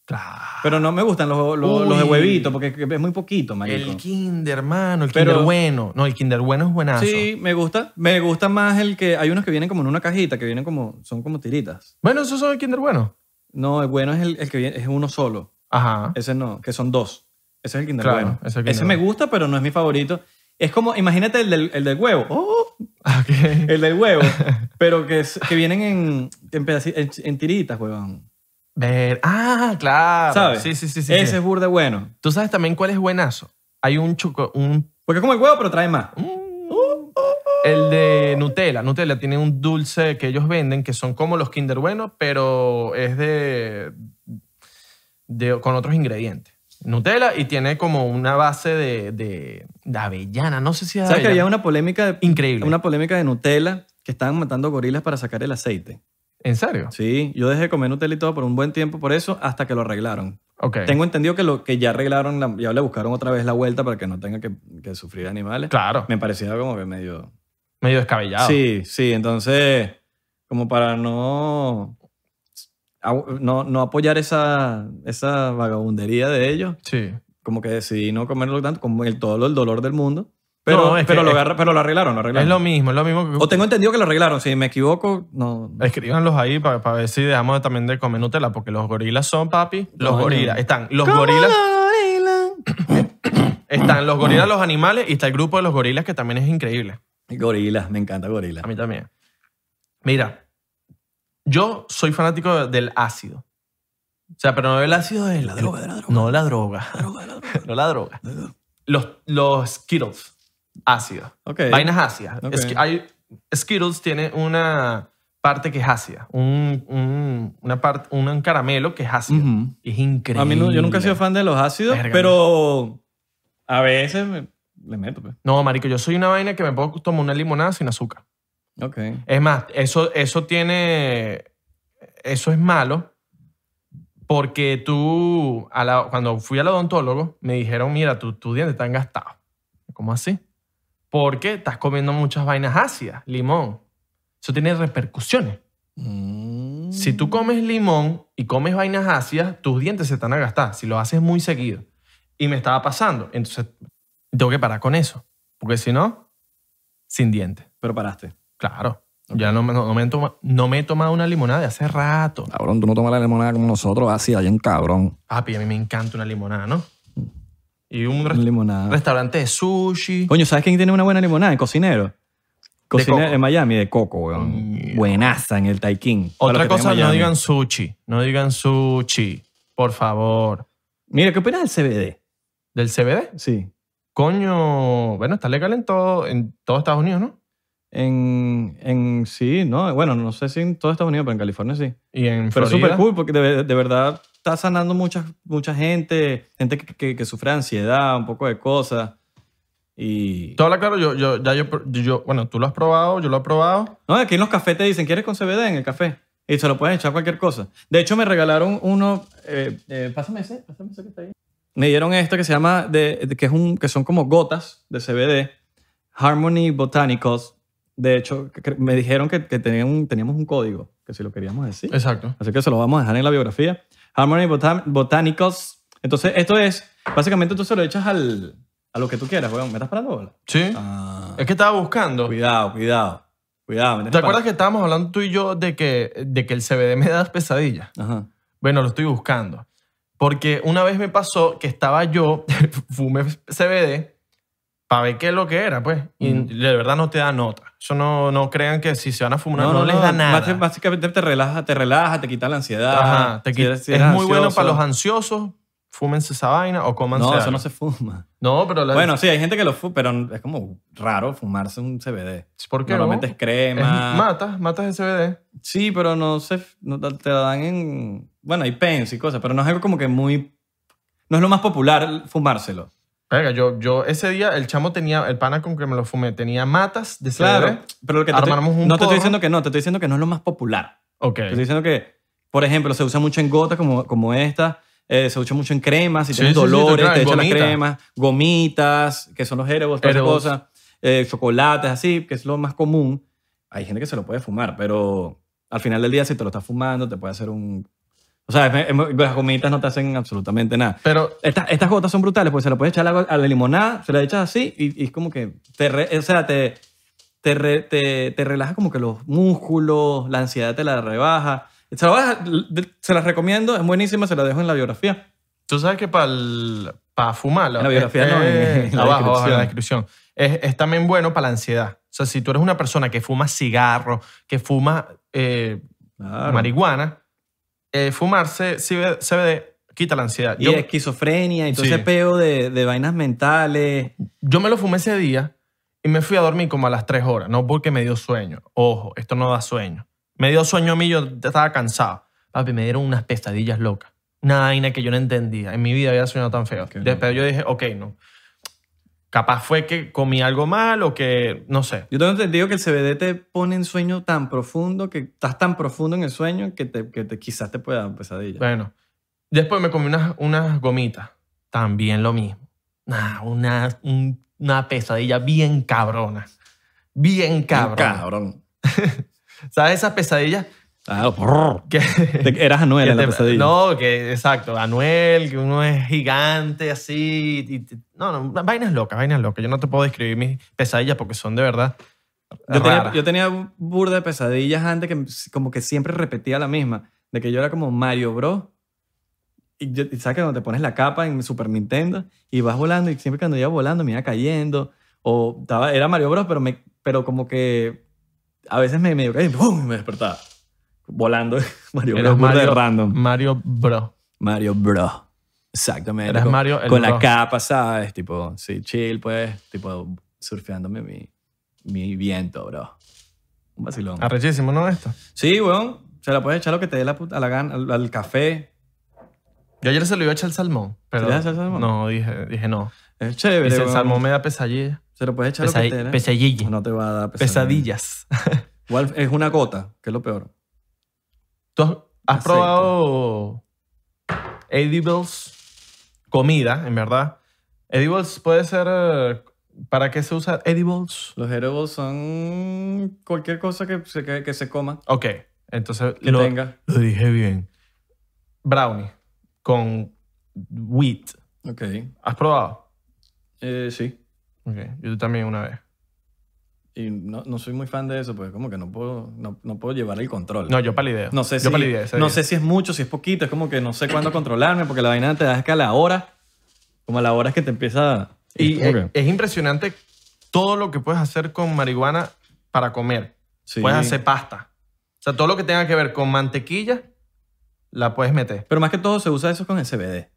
[SPEAKER 2] Claro.
[SPEAKER 1] Pero no me gustan los, los,
[SPEAKER 2] Uy.
[SPEAKER 1] los de huevito porque es muy poquito, marico.
[SPEAKER 2] El Kinder, hermano. El
[SPEAKER 1] Pero-
[SPEAKER 2] Kinder bueno. No, el Kinder bueno es buenazo.
[SPEAKER 1] Sí, me gusta. Me gusta más el que hay unos que vienen como en una cajita, que vienen como son como tiritas.
[SPEAKER 2] Bueno, esos son el Kinder bueno.
[SPEAKER 1] No, el bueno es el, el que viene, es uno solo.
[SPEAKER 2] Ajá. [LAUGHS]
[SPEAKER 1] Ese no, que son dos. Ese es el Kinder
[SPEAKER 2] Claro,
[SPEAKER 1] bueno.
[SPEAKER 2] ese es
[SPEAKER 1] Ese,
[SPEAKER 2] el Kinder
[SPEAKER 1] me
[SPEAKER 2] bueno.
[SPEAKER 1] gusta, pero no es mi favorito. Es como, imagínate el del, el del huevo. ¡Oh!
[SPEAKER 2] Ok.
[SPEAKER 1] El del
[SPEAKER 2] [LAUGHS]
[SPEAKER 1] huevo, pero que, es- que vienen en, en, pedaci- en, en tiritas, huevón.
[SPEAKER 2] Ver. Ah, claro.
[SPEAKER 1] ¿Sabes?
[SPEAKER 2] Sí, sí, sí. sí,
[SPEAKER 1] Ese
[SPEAKER 2] sí.
[SPEAKER 1] es burda bueno.
[SPEAKER 2] Tú sabes también cuál es buenazo. Hay un, choco- un
[SPEAKER 1] Porque es como el huevo, pero trae más.
[SPEAKER 2] Mm. El de Nutella. Nutella tiene un dulce que ellos venden que son como los Kinder Bueno, pero es de, de- con otros ingredientes. Nutella y tiene como una base de, de, de avellana. No sé si es
[SPEAKER 1] ¿Sabes que había
[SPEAKER 2] avellana.
[SPEAKER 1] una polémica, de,
[SPEAKER 2] Increíble.
[SPEAKER 1] una polémica de Nutella que estaban matando gorilas para sacar el aceite?
[SPEAKER 2] ¿En serio?
[SPEAKER 1] Sí, yo dejé de comer Nutella y todo por un buen tiempo por eso hasta que lo arreglaron.
[SPEAKER 2] Ok.
[SPEAKER 1] Tengo entendido que lo que ya arreglaron, la- ya le buscaron otra vez la vuelta para que no tenga que, que sufrir animales.
[SPEAKER 2] Claro.
[SPEAKER 1] Me parecía como que medio...
[SPEAKER 2] Medio descabellado.
[SPEAKER 1] Sí, sí, entonces como para no... agu- No, no apoyar esa, esa vagabundería de ellos,
[SPEAKER 2] Sí.
[SPEAKER 1] como que decidí no comerlo tanto, como el, todo el dolor del mundo. Pero,
[SPEAKER 2] No, es
[SPEAKER 1] pero,
[SPEAKER 2] que-
[SPEAKER 1] lo,
[SPEAKER 2] es-
[SPEAKER 1] agarra- pero lo arreglaron, lo
[SPEAKER 2] Es
[SPEAKER 1] arreglaron.
[SPEAKER 2] lo mismo, es lo mismo que...
[SPEAKER 1] O tengo entendido que lo arreglaron. Si me equivoco, no.
[SPEAKER 2] Escríbanlos ahí para, para ver si dejamos también de comer Nutella, porque los gorilas son, papi. Los
[SPEAKER 1] Coño.
[SPEAKER 2] gorilas. Están los gorilas, están los gorilas, los animales, y está el grupo de los gorilas que también es increíble.
[SPEAKER 1] Gorilas, me encanta gorilas.
[SPEAKER 2] A mí también. Mira, yo soy fanático de- del ácido. O sea, pero no del ácido de la droga. No la droga. [LAUGHS] no la droga. Los, los Skittles. Ácidos.
[SPEAKER 1] Ok.
[SPEAKER 2] Vainas ácidas.
[SPEAKER 1] Ok.
[SPEAKER 2] Es que hay, Skittles tiene una parte que es ácida. Un, un- una parte, un caramelo que es ácido.
[SPEAKER 1] Ujú.
[SPEAKER 2] Es increíble.
[SPEAKER 1] A mí no- yo nunca he sido fan de los ácidos,
[SPEAKER 2] Verga.
[SPEAKER 1] pero a veces me- le meto. Pues.
[SPEAKER 2] No, marico, yo soy una vaina que me puedo tomar una limonada sin azúcar.
[SPEAKER 1] Ok.
[SPEAKER 2] Es más, eso, eso tiene. Eso es malo. Porque tú, a la- cuando fui al odontólogo, me dijeron: Mira, tu- tus dientes están gastados. ¿Cómo así? Porque estás comiendo muchas vainas ácidas, limón. Eso tiene repercusiones. Si tú comes limón y comes vainas ácidas, tus dientes se están a gastar. Si lo haces muy seguido. Y me estaba pasando. Entonces, tengo que parar con eso. Porque si no, sin dientes.
[SPEAKER 1] Pero paraste.
[SPEAKER 2] Claro. Ya no, me- no, me han toma- no me he tomado una limonada de hace rato.
[SPEAKER 1] Cabrón, tú no tomas la limonada como nosotros, así, hay un cabrón.
[SPEAKER 2] Papi, a mí me encanta una limonada, ¿no? Y un res-
[SPEAKER 1] Limonada.
[SPEAKER 2] restaurante de sushi.
[SPEAKER 1] Coño, ¿sabes quién tiene una buena limonada? El cocinero. Cocinero
[SPEAKER 2] coco.
[SPEAKER 1] en Miami, de coco, weón.
[SPEAKER 2] Coño.
[SPEAKER 1] Buenaza en el Taikin. Para los
[SPEAKER 2] Otra
[SPEAKER 1] que estén en
[SPEAKER 2] cosa, no
[SPEAKER 1] Miami.
[SPEAKER 2] digan sushi. No digan sushi. Por favor.
[SPEAKER 1] Mira, ¿qué opinas del CBD?
[SPEAKER 2] ¿Del CBD?
[SPEAKER 1] Sí.
[SPEAKER 2] Coño. Bueno, está legal en todo, en todo Estados Unidos, ¿no?
[SPEAKER 1] En, en sí, ¿no? Bueno, no sé si en todo Estados Unidos, pero en California sí.
[SPEAKER 2] Y en
[SPEAKER 1] Pero es
[SPEAKER 2] Florida.
[SPEAKER 1] súper cool porque de, de verdad está sanando mucha, mucha gente, gente que, que- que sufre de ansiedad, un poco de cosas. Y...
[SPEAKER 2] Todo claro, yo, yo, ya yo, yo- yo- bueno, tú lo has probado, yo lo he probado.
[SPEAKER 1] No, aquí en los cafés te dicen, ¿quieres con CBD en el café? Y se lo puedes echar a cualquier cosa. De hecho, me regalaron uno... eh, eh, pásame ese, pásame ese que está ahí. Me dieron esto que se llama, de, de- que, es un, que son como gotas de CBD, Harmony Botanicals. De hecho, que- que me dijeron que, que tenían un- teníamos un código, que si lo queríamos decir.
[SPEAKER 2] Exacto.
[SPEAKER 1] Así que se lo vamos a dejar en la biografía. Harmony Botan- Botanicals. Entonces, esto es, básicamente tú se lo echas al, a lo que tú quieras, weón. ¿Me estás parando bola? Eh,
[SPEAKER 2] Sí. Es que estaba buscando.
[SPEAKER 1] Ah. Cuidado, cuidado. Cuidado. ¿me
[SPEAKER 2] Ah. ¿Te
[SPEAKER 1] tienes
[SPEAKER 2] acuerdas que estábamos hablando tú y yo de que, de que el CBD me da pesadillas?
[SPEAKER 1] parado. Ajá.
[SPEAKER 2] Bueno, lo estoy buscando. Porque una vez me pasó que estaba yo, [LAUGHS] fumé CBD, para ver qué es lo que era, pues. Y
[SPEAKER 1] Mm.
[SPEAKER 2] de verdad no te da nota. Eso no, no crean que si se van a fumar, no, les da nada.
[SPEAKER 1] Bás- Básicamente te relaja, te relaja, te quita la ansiedad.
[SPEAKER 2] Ajá, te
[SPEAKER 1] Si
[SPEAKER 2] quita-
[SPEAKER 1] eres- si
[SPEAKER 2] es
[SPEAKER 1] eres
[SPEAKER 2] muy bueno para los
[SPEAKER 1] ansioso.
[SPEAKER 2] ansiosos. Fúmense esa vaina o cómanse
[SPEAKER 1] No, eso
[SPEAKER 2] algo.
[SPEAKER 1] no se fuma.
[SPEAKER 2] No, pero... la-
[SPEAKER 1] Bueno, sí, hay gente que lo fuma, pero es como raro fumarse un CBD.
[SPEAKER 2] ¿por qué no?
[SPEAKER 1] Normalmente es
[SPEAKER 2] Es-
[SPEAKER 1] crema.
[SPEAKER 2] matas, matas el CBD.
[SPEAKER 1] Sí, pero no se. No, te te la dan en. Bueno, hay pens y cosas, pero no es algo como que muy. No es lo más popular fumárselo.
[SPEAKER 2] Venga, yo, yo ese día el chamo tenía, el pana con que me lo fumé, tenía matas de CBD.
[SPEAKER 1] Claro. Pero lo que te estoy-
[SPEAKER 2] Armamos un
[SPEAKER 1] No te estoy
[SPEAKER 2] porro.
[SPEAKER 1] diciendo que no, te estoy diciendo que no es lo más popular.
[SPEAKER 2] Ok.
[SPEAKER 1] Te estoy diciendo que, por ejemplo, se usa mucho en gotas como, como esta. eh, se usa mucho en cremas, si
[SPEAKER 2] Sí,
[SPEAKER 1] tienes
[SPEAKER 2] sí, sí,
[SPEAKER 1] dolores,
[SPEAKER 2] total,
[SPEAKER 1] te echas
[SPEAKER 2] gomitas.
[SPEAKER 1] las cremas, gomitas, que son los herbos, todas esas
[SPEAKER 2] Herbos.
[SPEAKER 1] cosas, eh, chocolates, así, que es lo más común. Hay gente que se lo puede fumar, pero al final del día, si te lo estás fumando, te puede hacer un. O sea, es- es- las gomitas no te hacen absolutamente nada.
[SPEAKER 2] Pero
[SPEAKER 1] Estas, estas gotas son brutales, pues se la puedes echar a la, a la limonada, se la echas así y, y es como que te, re- o sea, te, te, re- te, te relaja como que los músculos, la ansiedad te la rebaja. Se, la voy a dejar- se las recomiendo, es buenísima, se la dejo en la biografía.
[SPEAKER 2] Tú sabes que para pa fumarla.
[SPEAKER 1] En la biografía, no, en- en la
[SPEAKER 2] [LAUGHS] abajo, abajo, en la
[SPEAKER 1] descripción.
[SPEAKER 2] descripción. Es, es también bueno para la ansiedad. O sea, si tú eres una persona que fuma cigarro, que fuma eh,
[SPEAKER 1] Claro.
[SPEAKER 2] marihuana, eh, fumarse CBD quita la ansiedad.
[SPEAKER 1] Y
[SPEAKER 2] Yo,
[SPEAKER 1] esquizofrenia y todo
[SPEAKER 2] Sí.
[SPEAKER 1] ese peo de, de vainas mentales.
[SPEAKER 2] yo me lo fumé ese día y me fui a dormir como a las 3 horas, no porque me dio sueño. Ojo, esto no da sueño. Me dio sueño a mí, yo estaba cansado. Papi, me dieron unas pesadillas locas. Una vaina que yo no entendía. En mi vida había soñado tan feo.
[SPEAKER 1] Qué
[SPEAKER 2] Después yo dije, ok, no. Capaz fue que comí algo mal o que, no sé.
[SPEAKER 1] Yo tengo entendido que el CBD te pone en sueño tan profundo, que estás tan profundo en el sueño que, te, que te- quizás te pueda dar pesadilla.
[SPEAKER 2] Bueno, después me comí unas, unas gomitas. También lo mismo. Nah, una, un- una pesadilla bien cabrona. Bien cabrona.
[SPEAKER 1] Cabrón.
[SPEAKER 2] ¿Sabes esas pesadillas
[SPEAKER 1] Ah, brr.
[SPEAKER 2] que...
[SPEAKER 1] Te- eras Anuel
[SPEAKER 2] que
[SPEAKER 1] en la
[SPEAKER 2] te-
[SPEAKER 1] pesadilla.
[SPEAKER 2] No, que exacto. Anuel, que uno es gigante así. y te- no, no, vainas locas, vainas locas. Yo no te puedo describir mis pesadillas porque son de verdad.
[SPEAKER 1] Yo tenía,
[SPEAKER 2] raras.
[SPEAKER 1] yo tenía burda de pesadillas antes que como que siempre repetía la misma. De que yo era como Mario Bros. Y, yo- y sabes que cuando te pones la capa en Super Nintendo y vas volando y siempre cuando iba volando me iba cayendo. O estaba, era Mario Bros, pero, me, pero como que a veces me medio caía y ¡pum! me despertaba. Volando. [LAUGHS] Mario
[SPEAKER 2] Eras
[SPEAKER 1] Bros. burda de
[SPEAKER 2] Mario-
[SPEAKER 1] random.
[SPEAKER 2] Mario Bro.
[SPEAKER 1] Mario Bros. Exactamente.
[SPEAKER 2] Eras
[SPEAKER 1] con,
[SPEAKER 2] Mario el
[SPEAKER 1] Con la
[SPEAKER 2] Bro.
[SPEAKER 1] capa, ¿sabes? Tipo, sí, chill, pues. Tipo, surfeándome mi, mi viento, bro. Un vacilón.
[SPEAKER 2] Arrechísimo, ¿no? Esto.
[SPEAKER 1] Sí, weón. Se la puedes echar lo que te dé la puta, a la gana, al, al café.
[SPEAKER 2] Yo ayer se lo iba a echar al salmón. Pero
[SPEAKER 1] ¿Se le das al salmón?
[SPEAKER 2] No, dije, dije no.
[SPEAKER 1] Es chévere,
[SPEAKER 2] Dice, el
[SPEAKER 1] weón.
[SPEAKER 2] salmón me da pesadillas.
[SPEAKER 1] Se lo puedes echar lo que te dé. la-
[SPEAKER 2] pesadillas.
[SPEAKER 1] No te va a dar pesadilla.
[SPEAKER 2] Pesadillas.
[SPEAKER 1] Igual es una gota, que es lo peor.
[SPEAKER 2] ¿Tú has, has
[SPEAKER 1] Aceite.
[SPEAKER 2] probado edibles? Comida, en verdad. Edibles puede ser... eh, ¿Para qué se usa edibles?
[SPEAKER 1] Los edibles son cualquier cosa que se, que, que se coma,
[SPEAKER 2] Ok, entonces...
[SPEAKER 1] que tenga.
[SPEAKER 2] lo dije bien. Brownie con wheat.
[SPEAKER 1] Ok.
[SPEAKER 2] ¿Has probado?
[SPEAKER 1] Eh, sí.
[SPEAKER 2] Ok, yo también una vez.
[SPEAKER 1] Y no, no soy muy fan de eso, pues como que no puedo, no, no puedo llevar el control.
[SPEAKER 2] No, yo palideo.
[SPEAKER 1] No sé si,
[SPEAKER 2] Yo palideo ese
[SPEAKER 1] no
[SPEAKER 2] día.
[SPEAKER 1] sé si es mucho, si es poquito. Es como que no sé cuándo controlarme porque la vaina te da que a la hora, como a la hora es que te empieza...
[SPEAKER 2] Y eh,
[SPEAKER 1] como
[SPEAKER 2] es,
[SPEAKER 1] que-
[SPEAKER 2] es impresionante todo lo que puedes hacer con marihuana para comer.
[SPEAKER 1] Sí.
[SPEAKER 2] Puedes hacer pasta. O sea, todo lo que tenga que ver con mantequilla, la puedes meter.
[SPEAKER 1] Pero más que todo se usa eso con el CBD.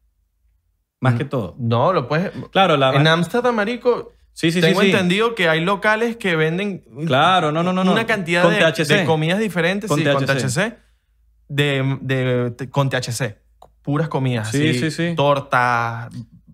[SPEAKER 1] Más
[SPEAKER 2] Mm.
[SPEAKER 1] que todo.
[SPEAKER 2] No, lo puedes...
[SPEAKER 1] Claro, la...
[SPEAKER 2] En Amsterdam, marico,
[SPEAKER 1] Ah, sí, sí, sí,
[SPEAKER 2] tengo
[SPEAKER 1] sí.
[SPEAKER 2] entendido que hay locales que venden
[SPEAKER 1] Claro, no, no, no. no.
[SPEAKER 2] una cantidad
[SPEAKER 1] Con
[SPEAKER 2] de,
[SPEAKER 1] THC.
[SPEAKER 2] de comidas diferentes
[SPEAKER 1] Con
[SPEAKER 2] sí, con
[SPEAKER 1] THC.
[SPEAKER 2] THC, de, de- te- con THC. Puras comidas
[SPEAKER 1] Sí,
[SPEAKER 2] así,
[SPEAKER 1] sí, sí.
[SPEAKER 2] Tortas,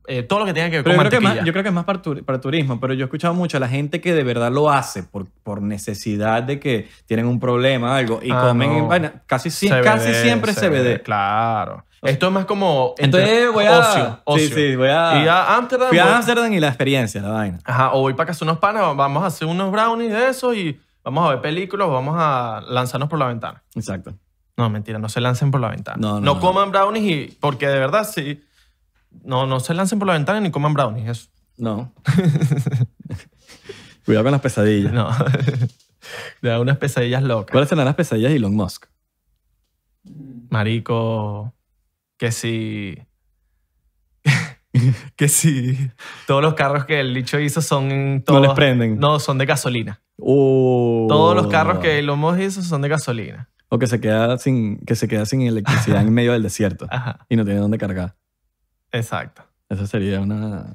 [SPEAKER 2] eh, todo lo que tenga que ver
[SPEAKER 1] Pero yo
[SPEAKER 2] con
[SPEAKER 1] creo, que
[SPEAKER 2] mantequilla.
[SPEAKER 1] más, yo creo que es más para, tu- para turismo, pero yo he escuchado mucho a la gente que de verdad lo hace por, por necesidad de que tienen un problema o algo y
[SPEAKER 2] Ah,
[SPEAKER 1] comen
[SPEAKER 2] no.
[SPEAKER 1] vaina. Casi, sie-
[SPEAKER 2] CBD,
[SPEAKER 1] casi siempre CBD.
[SPEAKER 2] Claro. Esto es más como. entre-
[SPEAKER 1] Entonces eh, voy a...
[SPEAKER 2] Ocio. ocio.
[SPEAKER 1] Sí, sí, voy a...
[SPEAKER 2] Y a Amsterdam.
[SPEAKER 1] Fui
[SPEAKER 2] voy-
[SPEAKER 1] a Amsterdam y la experiencia, la vaina.
[SPEAKER 2] Ajá, o voy para casa unos panas, vamos a hacer unos brownies de esos y vamos a ver películas, vamos a lanzarnos por la ventana.
[SPEAKER 1] Exacto.
[SPEAKER 2] No, mentira, no se lancen por la ventana.
[SPEAKER 1] No, no, no.
[SPEAKER 2] coman brownies y. Porque de verdad sí. No, no se lancen por la ventana ni coman brownies, eso.
[SPEAKER 1] No. [LAUGHS] Cuidado con las pesadillas.
[SPEAKER 2] No. [LAUGHS] Le da unas pesadillas locas.
[SPEAKER 1] ¿Cuáles serán las pesadillas de Elon Musk?
[SPEAKER 2] Marico, que si. [LAUGHS] que si. Todos los carros que el licho hizo son. Todos,
[SPEAKER 1] no les prenden.
[SPEAKER 2] No, son de gasolina.
[SPEAKER 1] Oh.
[SPEAKER 2] Todos los carros que Elon Musk hizo son de gasolina.
[SPEAKER 1] O que se queda sin, que se queda sin electricidad en medio del [LAUGHS] desierto
[SPEAKER 2] Ajá,
[SPEAKER 1] y no tiene dónde cargar.
[SPEAKER 2] exacto.
[SPEAKER 1] Esa sería una...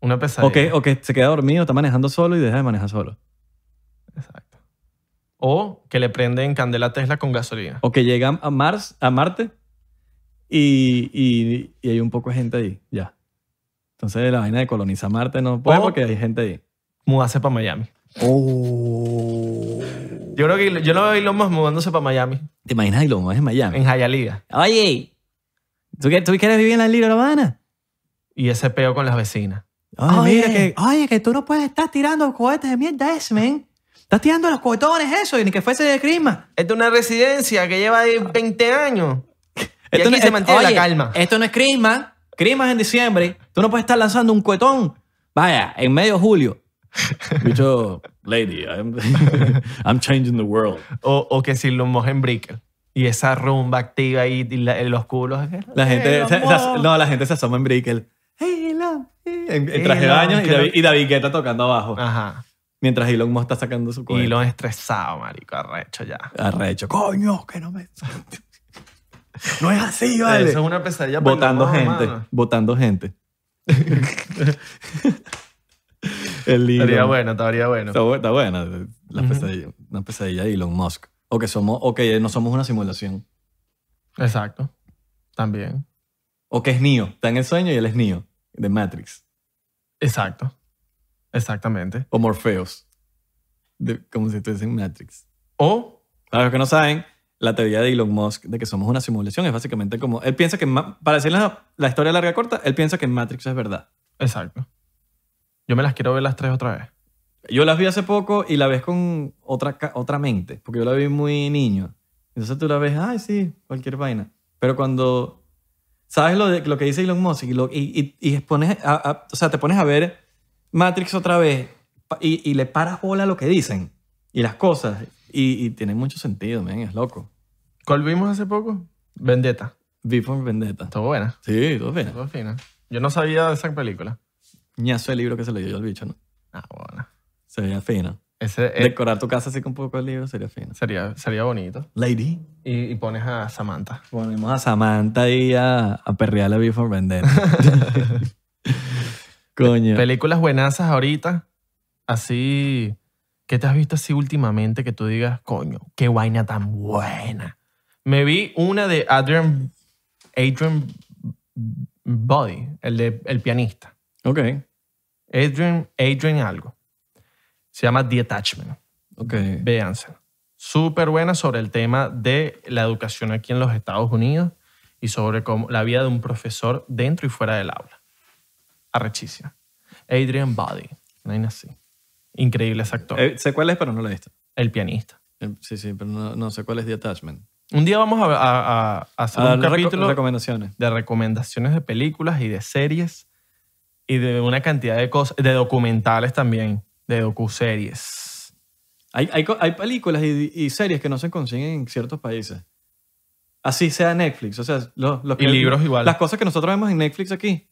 [SPEAKER 2] Una pesadilla.
[SPEAKER 1] O que, o que se queda dormido, está manejando solo y deja de manejar solo.
[SPEAKER 2] Exacto. O que le prenden candela a Tesla con gasolina.
[SPEAKER 1] O que llega a, Mars, a Marte y, y- y hay un poco de gente ahí, ya. Entonces la vaina de colonizar Marte no puede
[SPEAKER 2] O-
[SPEAKER 1] porque hay gente ahí.
[SPEAKER 2] Mudarse para Miami. Oh. Yo creo que yo lo veo a Elon Musk mudándose para Miami,
[SPEAKER 1] ¿Te imaginas Elon Musk en Miami?
[SPEAKER 2] en Hialeah.
[SPEAKER 1] Oye, ¿tú, qué- tú quieres vivir en la Little Habana?
[SPEAKER 2] Y ese peo con las vecinas.
[SPEAKER 1] Oye,
[SPEAKER 3] Oye.
[SPEAKER 1] mira que, oye, que tú no puedes estar tirando los cohetes de mierda ese, men. Estás tirando los cohetones eso, y ni que fuese de crisma.
[SPEAKER 2] Esta es una residencia que lleva ahí 20 años. Y aquí
[SPEAKER 1] no-
[SPEAKER 2] se mantiene la
[SPEAKER 1] oye,
[SPEAKER 2] calma.
[SPEAKER 1] Esto no es crisma. Crisma es en diciembre. Tú no puedes estar lanzando un cohetón. Vaya, en medio de
[SPEAKER 2] [LAUGHS]
[SPEAKER 1] julio. Bicho, lady, I'm, [LAUGHS] I'm changing the world.
[SPEAKER 2] O, o que si lo moja en Brickell. Y esa rumba activa ahí, y la- los culos.
[SPEAKER 1] La gente,
[SPEAKER 2] Elon
[SPEAKER 1] se- se as- [LAUGHS]
[SPEAKER 2] Musk.
[SPEAKER 1] no, la gente se asoma en Brickell. Hey, Elon. hey. En, en traje de
[SPEAKER 2] Elon,
[SPEAKER 1] baño y
[SPEAKER 2] creo
[SPEAKER 1] David, y David Guetta tocando abajo.
[SPEAKER 2] Ajá.
[SPEAKER 1] Mientras Elon Musk está sacando su cohete.
[SPEAKER 2] Y lo estresado, marico, arrecho ya.
[SPEAKER 1] Arrecho. Coño, que no me... [LAUGHS] No es así, vale.
[SPEAKER 2] Eso es una pesadilla. para
[SPEAKER 1] Votando
[SPEAKER 2] los dos,
[SPEAKER 1] gente,
[SPEAKER 2] mano.
[SPEAKER 1] votando
[SPEAKER 2] [LAUGHS]
[SPEAKER 1] gente. El libro.
[SPEAKER 2] Estaría bueno, estaría bueno.
[SPEAKER 1] Está, bu- está buena la
[SPEAKER 2] Ujú.
[SPEAKER 1] pesadilla, una pesadilla de Elon Musk. O que somos, o que no somos una simulación.
[SPEAKER 2] Exacto. También.
[SPEAKER 1] O que es Neo. Está en el sueño y él es Neo, de Matrix.
[SPEAKER 2] Exacto. Exactamente.
[SPEAKER 1] O Morpheus, de- como si estuviese en Matrix.
[SPEAKER 2] O,
[SPEAKER 1] Para los que no saben, la teoría de Elon Musk de que somos una simulación es básicamente como... Él piensa que, ma- para decirles la, la historia larga corta, él piensa que Matrix es verdad.
[SPEAKER 2] exacto. Yo me las quiero ver las tres otra vez.
[SPEAKER 1] Yo las vi hace poco y la ves con otra, ca- otra mente, porque yo la vi muy niño. Entonces tú la ves, ay, sí, cualquier vaina. Pero cuando sabes lo, de, lo que dice Elon Musk y, lo- y, y, y pones a- a- o sea, te pones a ver Matrix otra vez pa- y, y le paras bola a lo que dicen y las cosas. Y, y tiene mucho sentido, men, es loco.
[SPEAKER 2] ¿Cuál vimos hace poco? Vendetta.
[SPEAKER 1] V for Vendetta.
[SPEAKER 2] Estuvo buena.
[SPEAKER 1] Sí, todo bien.
[SPEAKER 2] Estuvo fina. Yo no sabía de esa película.
[SPEAKER 1] ñazo el libro que se le dio al bicho, ¿no?
[SPEAKER 2] Ah, bueno.
[SPEAKER 1] Sería fino.
[SPEAKER 2] Ese eh,
[SPEAKER 1] Decorar tu casa así con poco de libros sería fino.
[SPEAKER 2] sería, sería bonito.
[SPEAKER 1] Lady.
[SPEAKER 2] Y, y pones a Samantha.
[SPEAKER 1] Ponemos a Samantha ahí a, a perrear la Before
[SPEAKER 2] [LAUGHS]
[SPEAKER 1] Vendetta. Coño.
[SPEAKER 2] Películas buenazas ahorita. Así. ¿Qué te has visto así últimamente que tú digas, coño, qué vaina tan buena? Me vi una de Adrian. Adrian Body, el, de, el pianista.
[SPEAKER 1] Ok,
[SPEAKER 2] Adrian, Adrian algo. Se llama The Attachment.
[SPEAKER 1] ok.
[SPEAKER 2] Véanse. Súper buena sobre el tema de la educación aquí en los Estados Unidos y sobre cómo, la vida de un profesor dentro y fuera del aula. Arrechísima. Adrian Body. No hay así. Increíble ese actor.
[SPEAKER 1] Eh, sé cuál es, pero no lo he visto.
[SPEAKER 2] El pianista.
[SPEAKER 1] Eh, Sí, sí, pero no, no sé cuál es The Attachment.
[SPEAKER 2] Un día vamos a, a- a- a hacer
[SPEAKER 1] Ah,
[SPEAKER 2] un
[SPEAKER 1] reco-
[SPEAKER 2] capítulo
[SPEAKER 1] recomendaciones.
[SPEAKER 2] de recomendaciones de películas y de series y de una cantidad de cosas, de documentales también, de docuseries.
[SPEAKER 1] Hay, hay, co- hay películas y, y series que no se consiguen en ciertos países. Así sea Netflix. O sea, los, los
[SPEAKER 2] Y
[SPEAKER 1] que-
[SPEAKER 2] libros igual.
[SPEAKER 1] Las cosas que nosotros vemos en Netflix aquí,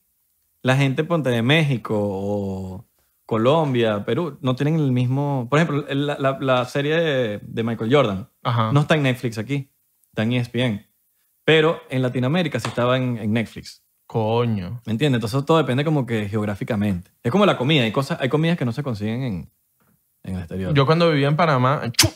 [SPEAKER 1] la gente ponte de México o Colombia, Perú, no tienen el mismo... Por ejemplo, la, la- la serie de, de Michael Jordan
[SPEAKER 2] Ajá.
[SPEAKER 1] no está en Netflix aquí, está en E ESPN. Pero en Latinoamérica sí estaba en, en Netflix.
[SPEAKER 2] Coño.
[SPEAKER 1] ¿Me entiendes? Entonces todo depende como que geográficamente. Es como la comida. Hay, cosas, hay comidas que no se consiguen en, en el exterior.
[SPEAKER 2] Yo cuando vivía en Panamá, en chu-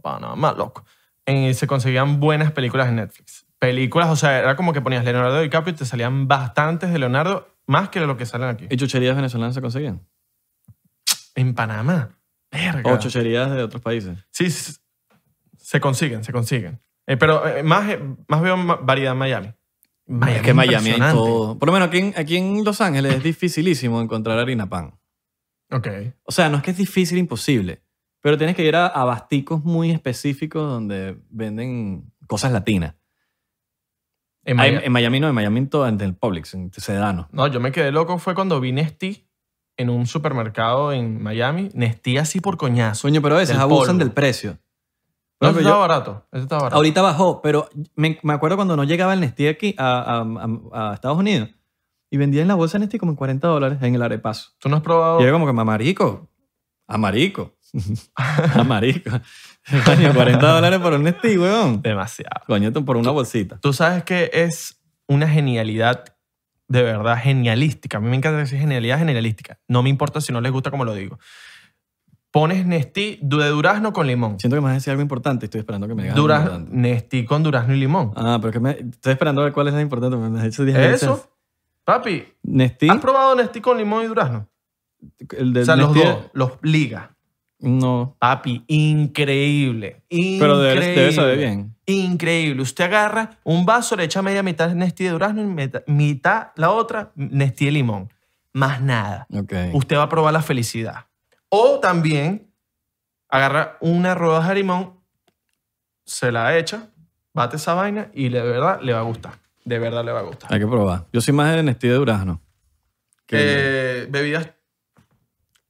[SPEAKER 2] Panamá, loco, eh, se conseguían buenas películas en Netflix. Películas, o sea, era como que ponías Leonardo DiCaprio y te salían bastantes de Leonardo, más que de lo que salen aquí.
[SPEAKER 1] ¿Y chucherías venezolanas se consiguen?
[SPEAKER 2] En Panamá. Verga.
[SPEAKER 1] O chucherías de otros países.
[SPEAKER 2] Sí, s- se consiguen, se consiguen. Eh, pero eh, más, eh, más veo ma- variedad en Miami. Miami
[SPEAKER 1] es que en Miami hay
[SPEAKER 2] impresionante.
[SPEAKER 1] todo. Por lo menos aquí en, aquí en Los Ángeles [LAUGHS] es dificilísimo encontrar harina pan.
[SPEAKER 2] Ok.
[SPEAKER 1] O sea, no es que es difícil, imposible. Pero tienes que ir a, a basticos muy específicos donde venden cosas latinas.
[SPEAKER 2] En
[SPEAKER 1] Ah, En,
[SPEAKER 2] Miami-
[SPEAKER 1] en Miami no, en Miami en todo, en el Publix, en Sedano.
[SPEAKER 2] No, yo me quedé loco fue cuando vi Nestí en un supermercado en Miami. Nestí así por coñazo.
[SPEAKER 1] Sueño, pero a veces
[SPEAKER 2] Del
[SPEAKER 1] abusan
[SPEAKER 2] polvo.
[SPEAKER 1] del precio.
[SPEAKER 2] No,
[SPEAKER 1] Por ejemplo,
[SPEAKER 2] eso estaba
[SPEAKER 1] yo-
[SPEAKER 2] barato. Eso estaba barato.
[SPEAKER 1] ahorita bajó, pero me, me acuerdo cuando no llegaba el Nestí aquí a, a- a- a Estados Unidos y vendían la bolsa de Nestí como en 40 dólares en el arepaso.
[SPEAKER 2] ¿Tú no has probado?
[SPEAKER 1] Y yo como que, mamarico, [LAUGHS] amarico, amarico. [LAUGHS] Coño, 40 dólares por un Nestí, weón.
[SPEAKER 2] Demasiado.
[SPEAKER 1] Coño, tú por una bolsita.
[SPEAKER 2] Tú sabes que es una genialidad de verdad genialística. A mí me encanta decir genialidad genialística. No me importa si no les gusta como lo digo. Pones Nestí de durazno con limón.
[SPEAKER 1] Siento que me vas a decir algo importante. Estoy esperando que me digas algo
[SPEAKER 2] Durazno,
[SPEAKER 1] importante.
[SPEAKER 2] Nestí con durazno y limón.
[SPEAKER 1] Ah, pero que me... Estoy esperando a ver cuál es la importante. Me has hecho 10 veces.
[SPEAKER 2] Eso. Papi,
[SPEAKER 1] Nestí,
[SPEAKER 2] ¿has probado Nestí con limón y durazno?
[SPEAKER 1] el de
[SPEAKER 2] o sea, los
[SPEAKER 1] Nestí-
[SPEAKER 2] dos, los liga.
[SPEAKER 1] No,
[SPEAKER 2] Papi, increíble. increíble.
[SPEAKER 1] pero debe, debe saber bien.
[SPEAKER 2] Increíble. Usted agarra un vaso, le echa media mitad Nestí de durazno y meta- mitad la otra Nestí de limón. Más nada.
[SPEAKER 1] Ok.
[SPEAKER 2] Usted va a probar la felicidad. O también agarra una rodaja de limón, se la echa, bate esa vaina y de verdad le va a gustar. De verdad le va a gustar.
[SPEAKER 1] Hay que probar. Yo soy más de Nestí de durazno. Que
[SPEAKER 2] Eh, bebidas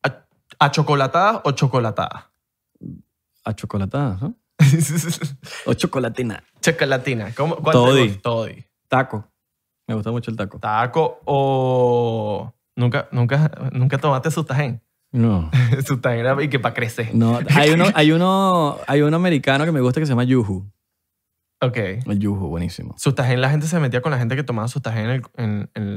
[SPEAKER 2] a- achocolatadas o chocolatadas. [LAUGHS]
[SPEAKER 1] a chocolatada, ¿no? O chocolatina.
[SPEAKER 2] Chocolatina. ¿Cómo, cuál te
[SPEAKER 1] Toddy.
[SPEAKER 2] gusta? Toddy.
[SPEAKER 1] Taco. Me gusta mucho el taco.
[SPEAKER 2] Taco o... Nunca, nunca, nunca tomaste [LAUGHS] sutagen.
[SPEAKER 1] No.
[SPEAKER 2] sutagen era y
[SPEAKER 1] [LAUGHS]
[SPEAKER 2] que para crecer.
[SPEAKER 1] No, hay uno, hay uno, hay uno americano que me gusta que se llama Yuhu.
[SPEAKER 2] Ok.
[SPEAKER 1] El yuju, buenísimo.
[SPEAKER 2] Sustagen, la gente se metía con la gente que tomaba sustagen en, el- en- en-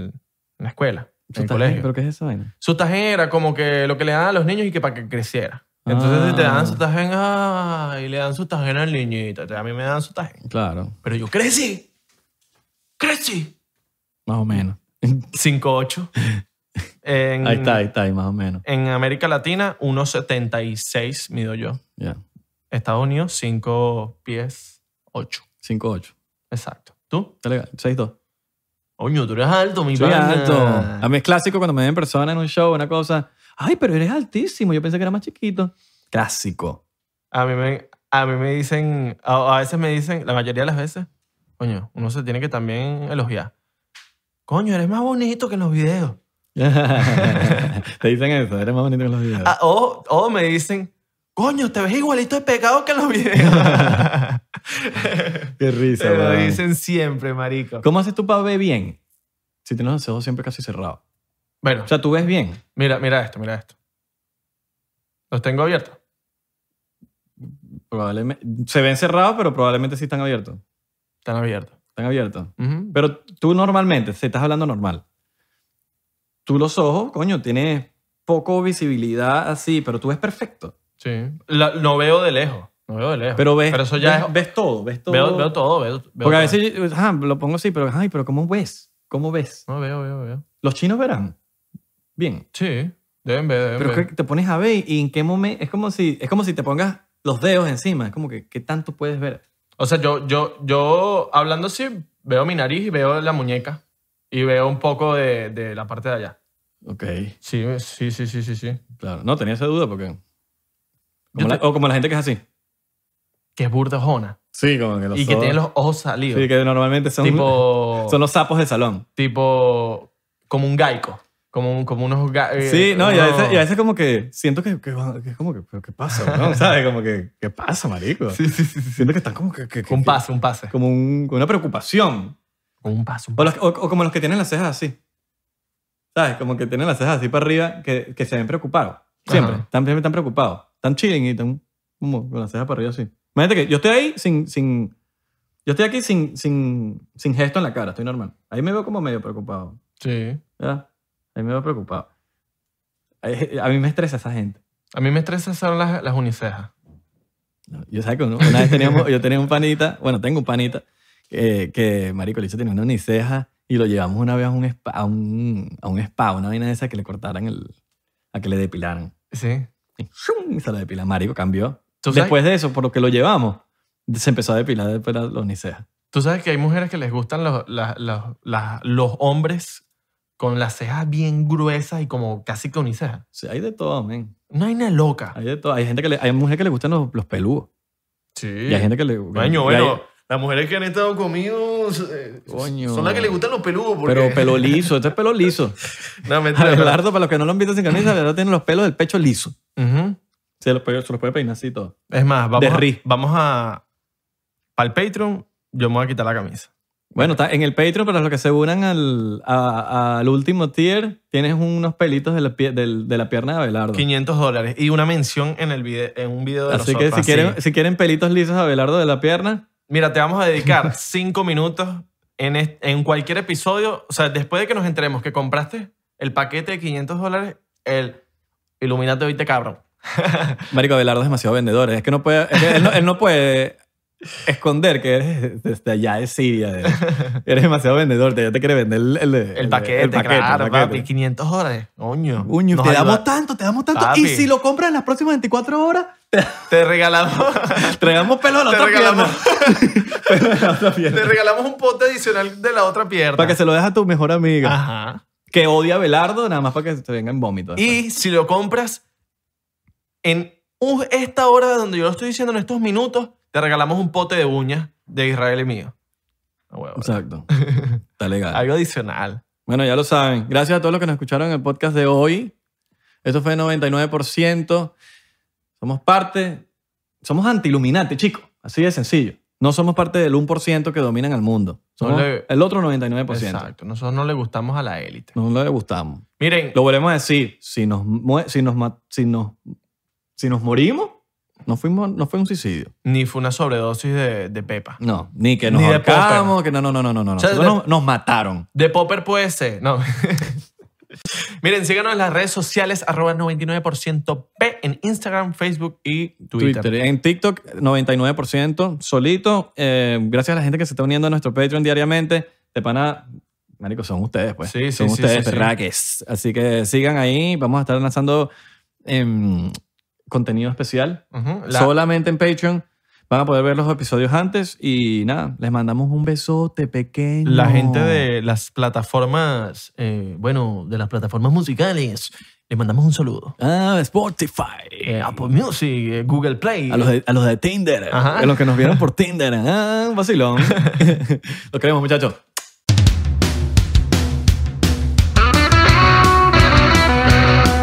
[SPEAKER 2] en la escuela, en el
[SPEAKER 1] ¿Sustagen?
[SPEAKER 2] colegio.
[SPEAKER 1] ¿Pero qué es esa vaina?
[SPEAKER 2] Sustagen era como que lo que le daban a los niños y que para que creciera. Entonces
[SPEAKER 1] Ah.
[SPEAKER 2] si te dan sustagen, ah, y le dan sustagen al niñito. Entonces, a mí me dan sustagen.
[SPEAKER 1] Claro,
[SPEAKER 2] Pero yo crecí. Crecí.
[SPEAKER 1] más o menos. [LAUGHS]
[SPEAKER 2] 5'8". En-
[SPEAKER 1] Mm. Ahí está, ahí está, ahí más o menos.
[SPEAKER 2] En América Latina, 1,76 mido yo.
[SPEAKER 1] Ya.
[SPEAKER 2] Estados Unidos, 5 pies 8.
[SPEAKER 1] 5'8.
[SPEAKER 2] Exacto. ¿Tú?
[SPEAKER 1] Está legal. 6'2.
[SPEAKER 2] Oño, tú eres alto, mi
[SPEAKER 1] Soy
[SPEAKER 2] pana.
[SPEAKER 1] alto. A mí es clásico cuando me ven en persona en un show, una cosa. Ay, pero eres altísimo. Yo pensé que era más chiquito. Clásico.
[SPEAKER 2] A mí me, a mí me dicen, a, a veces me dicen, la mayoría de las veces, coño, uno se tiene que también elogiar. Coño, eres más bonito que en los videos.
[SPEAKER 1] [LAUGHS] Te dicen eso. Eres más bonito que los videos.
[SPEAKER 2] Ah, o, o me dicen, coño, te ves igualito de pegado que en los
[SPEAKER 1] [LAUGHS]
[SPEAKER 2] videos.
[SPEAKER 1] Qué risa,
[SPEAKER 2] Te lo
[SPEAKER 1] weón.
[SPEAKER 2] dicen siempre, marico.
[SPEAKER 1] ¿Cómo haces tú para ver bien? Si tienes los ojos siempre casi cerrados.
[SPEAKER 2] Bueno,
[SPEAKER 1] O sea, tú ves bien.
[SPEAKER 2] mira, mira esto, mira esto. Los tengo abiertos.
[SPEAKER 1] Probablemente. Se ven cerrados, pero probablemente sí están abiertos.
[SPEAKER 2] Están abiertos.
[SPEAKER 1] Están abiertos.
[SPEAKER 2] Ujú.
[SPEAKER 1] Pero tú normalmente, si estás hablando normal, tú los ojos, coño, tienes poco visibilidad así, pero tú ves perfecto.
[SPEAKER 2] Sí. La- no veo de lejos. No veo de lejos.
[SPEAKER 1] Pero ves,
[SPEAKER 2] eso ya
[SPEAKER 1] ves,
[SPEAKER 2] es.
[SPEAKER 1] ves todo, ves todo.
[SPEAKER 2] Veo, veo todo. Veo, veo
[SPEAKER 1] Porque a
[SPEAKER 2] todo.
[SPEAKER 1] veces, yo- ajá, lo pongo así, pero, ay, pero ¿cómo ves? ¿Cómo ves?
[SPEAKER 2] No, veo, veo, veo.
[SPEAKER 1] Los chinos verán. Bien.
[SPEAKER 2] Sí. Deben ver, deben
[SPEAKER 1] Pero es
[SPEAKER 2] ver.
[SPEAKER 1] que te pones a ver y en qué momento, es como si, es como si te pongas los dedos encima, es como que, ¿qué tanto puedes ver?
[SPEAKER 2] O sea, yo, yo, yo hablando así, veo mi nariz y veo la muñeca. Y veo un poco de, de la parte de allá.
[SPEAKER 1] Ok,
[SPEAKER 2] Sí, sí, sí, sí, sí, sí.
[SPEAKER 1] claro. No, tenía esa duda porque... como
[SPEAKER 2] Yo
[SPEAKER 1] la-
[SPEAKER 2] te-
[SPEAKER 1] o como la gente que es así.
[SPEAKER 2] Que es burdejona.
[SPEAKER 1] Sí, como que los
[SPEAKER 2] Y que
[SPEAKER 1] ojos-
[SPEAKER 2] tiene los ojos salidos.
[SPEAKER 1] Sí, que normalmente son,
[SPEAKER 2] tipo.
[SPEAKER 1] [LAUGHS] son los sapos de salón.
[SPEAKER 2] Tipo. Como un gaico. Como, un- como unos. ga- eh,
[SPEAKER 1] Sí, no, y a,
[SPEAKER 2] unos-
[SPEAKER 1] veces, y a veces como que siento que, que, que es como que, pero ¿qué pasa? weón? [LAUGHS] ¿Sabes? Como que, ¿qué pasa, marico? [LAUGHS]
[SPEAKER 2] Sí, sí, sí. sí.
[SPEAKER 1] Siento que están como que... que- que-
[SPEAKER 2] Un pase, un pase.
[SPEAKER 1] Como un- como una preocupación.
[SPEAKER 2] Un pase, un
[SPEAKER 1] O,
[SPEAKER 2] pase.
[SPEAKER 1] los- o- o como los que tienen las cejas así. ¿Sabes? Como que tienen las cejas así para arriba, que, que se ven preocupados. Siempre.
[SPEAKER 2] Ajá.
[SPEAKER 1] Están, siempre están preocupados. Están chilling y están como con las cejas para arriba así. Imagínate que yo estoy ahí sin... sin yo estoy aquí sin, sin, sin gesto en la cara, estoy normal. Ahí me veo como medio preocupado.
[SPEAKER 2] Sí.
[SPEAKER 1] ¿verdad? A mí me va preocupado. Ay, A mí me estresa esa gente.
[SPEAKER 2] A mí me estresaron las, las unicejas.
[SPEAKER 1] [LAUGHS] Yo sabes que uno- una vez teníamos, yo tenía un panita, bueno, tengo un panita, eh, que Marico Licho tenía una uniceja y lo llevamos una vez a un spa, a un, a un spa, una vaina de esa que le cortaran el, a que le depilaran.
[SPEAKER 2] Sí.
[SPEAKER 1] Y ¡shum! se la depilan. Marico cambió.
[SPEAKER 2] ¿Tú sabes,
[SPEAKER 1] Después de eso, por lo que lo llevamos, se empezó a depilar después la la uniceja.
[SPEAKER 2] tú sabes que hay mujeres que les gustan los, las- las- las- los hombres con las cejas bien gruesas y como casi que unicejas.
[SPEAKER 1] Sí, hay de todo, men.
[SPEAKER 2] Una vaina loca.
[SPEAKER 1] Hay de todo. Hay gente que le, hay mujeres que le gustan los, los peludos.
[SPEAKER 2] Sí.
[SPEAKER 1] Y hay gente que le. y
[SPEAKER 2] Coño,
[SPEAKER 1] hay-
[SPEAKER 2] bueno, las mujeres que han estado conmigo eh,
[SPEAKER 1] Coño.
[SPEAKER 2] son las que les gustan los peludos. Porque...
[SPEAKER 1] Pero pelo liso, esto es pelo
[SPEAKER 2] [LAUGHS]
[SPEAKER 1] liso.
[SPEAKER 2] No, mentira,
[SPEAKER 1] [LAUGHS]
[SPEAKER 2] pero-
[SPEAKER 1] Abelardo, para los que no lo han visto sin camisa, Abelardo tiene los pelos del pecho liso.
[SPEAKER 2] Ujú.
[SPEAKER 1] Se los, puede- se los puede peinar así y todo.
[SPEAKER 2] Es más,
[SPEAKER 1] De
[SPEAKER 2] vamos a,
[SPEAKER 1] ri.
[SPEAKER 2] vamos a... Para el Patreon, yo me voy a quitar la camisa.
[SPEAKER 1] Bueno, está en el Patreon, para los que se unan al, a- al último tier, tienes unos pelitos de la, pie- del- de la pierna de Abelardo.
[SPEAKER 2] 500 dólares y una mención en, el video, en un video de
[SPEAKER 1] Así que
[SPEAKER 2] nosotros,
[SPEAKER 1] si quieren, si quieren pelitos lisos a Abelardo de la pierna,
[SPEAKER 2] Mira, te vamos a dedicar [LAUGHS] cinco minutos en, est- en cualquier episodio. O sea, después de que nos enteremos que compraste el paquete de 500 dólares, el Illuminate Viste Cabrón.
[SPEAKER 1] Marico, Abelardo es demasiado vendedor. Es que no puede, es que él, no, él no puede esconder que eres desde allá de Siria. de- eres demasiado vendedor. Te, te quiere vender el, el-
[SPEAKER 2] El, paquete,
[SPEAKER 1] el paquete, el
[SPEAKER 2] claro,
[SPEAKER 1] paquete.
[SPEAKER 2] papi. 500 dólares. Coño.
[SPEAKER 1] Uño,
[SPEAKER 2] Nos
[SPEAKER 1] te
[SPEAKER 2] ayuda-
[SPEAKER 1] damos tanto, te damos tanto. Y
[SPEAKER 2] Papi.
[SPEAKER 1] si lo compras en las próximas 24 horas,
[SPEAKER 2] Te regalamos, [LAUGHS]
[SPEAKER 1] Traigamos pelo de la
[SPEAKER 2] Te
[SPEAKER 1] otra pierna.
[SPEAKER 2] regalamos.
[SPEAKER 1] [LAUGHS] Pelo de la otra pierna. [LAUGHS]
[SPEAKER 2] te regalamos un pote adicional de la otra pierna.
[SPEAKER 1] Para que se lo dejes a tu mejor amiga.
[SPEAKER 2] Ajá.
[SPEAKER 1] Que odia a Belardo, nada más para que se te venga en vómito.
[SPEAKER 2] Y si lo compras en un- esta hora donde yo lo estoy diciendo, en estos minutos, te regalamos un pote de uñas de Israel y mío. Ah, huevo.
[SPEAKER 1] Exacto. [LAUGHS] Está legal.
[SPEAKER 2] Algo adicional.
[SPEAKER 1] Bueno, ya lo saben. Gracias a todos los que nos escucharon en el podcast de hoy. Esto fue 99%. Somos parte. Somos anti-iluminante, chicos. Así de sencillo. No somos parte del 1% que dominan al mundo. Somos
[SPEAKER 2] le-
[SPEAKER 1] el otro 99%.
[SPEAKER 2] Exacto. Nosotros no le gustamos a la élite.
[SPEAKER 1] No le gustamos.
[SPEAKER 2] Miren,
[SPEAKER 1] Lo volvemos a decir. Si nos, mue- si nos, ma- si nos, si nos morimos, No, fuimos, no fue un suicidio.
[SPEAKER 2] Ni fue una sobredosis de, de pepa.
[SPEAKER 1] No, ni que nos
[SPEAKER 2] Ni de
[SPEAKER 1] ahorcamos, que no, no, no, no, no. no.
[SPEAKER 2] O sea,
[SPEAKER 1] Nosotros
[SPEAKER 2] de-
[SPEAKER 1] nos, nos mataron.
[SPEAKER 2] De Popper puede ser. No. [LAUGHS] Miren, síganos en las redes sociales, arroba 99% P en Instagram, Facebook y Twitter.
[SPEAKER 1] En TikTok, 99% solito. Eh, gracias a la gente que se está uniendo a nuestro Patreon diariamente. De pana, marico, son ustedes, pues.
[SPEAKER 2] Sí, sí,
[SPEAKER 1] son
[SPEAKER 2] sí,
[SPEAKER 1] ustedes,
[SPEAKER 2] sí, sí.
[SPEAKER 1] perraques. Así que sigan ahí. Vamos a estar lanzando em, contenido especial
[SPEAKER 2] Ujú, la-
[SPEAKER 1] solamente en Patreon. Van a poder ver los episodios antes y nada, les mandamos un besote pequeño.
[SPEAKER 2] la gente de las plataformas, eh, bueno, de las plataformas musicales, les mandamos un saludo.
[SPEAKER 1] Ah, Spotify.
[SPEAKER 2] Eh, Apple Music, eh, Google Play.
[SPEAKER 1] A los de, a los de Tinder.
[SPEAKER 2] Ajá.
[SPEAKER 1] A los que nos vieron por Tinder. Ah, un vacilón. los queremos, muchachos.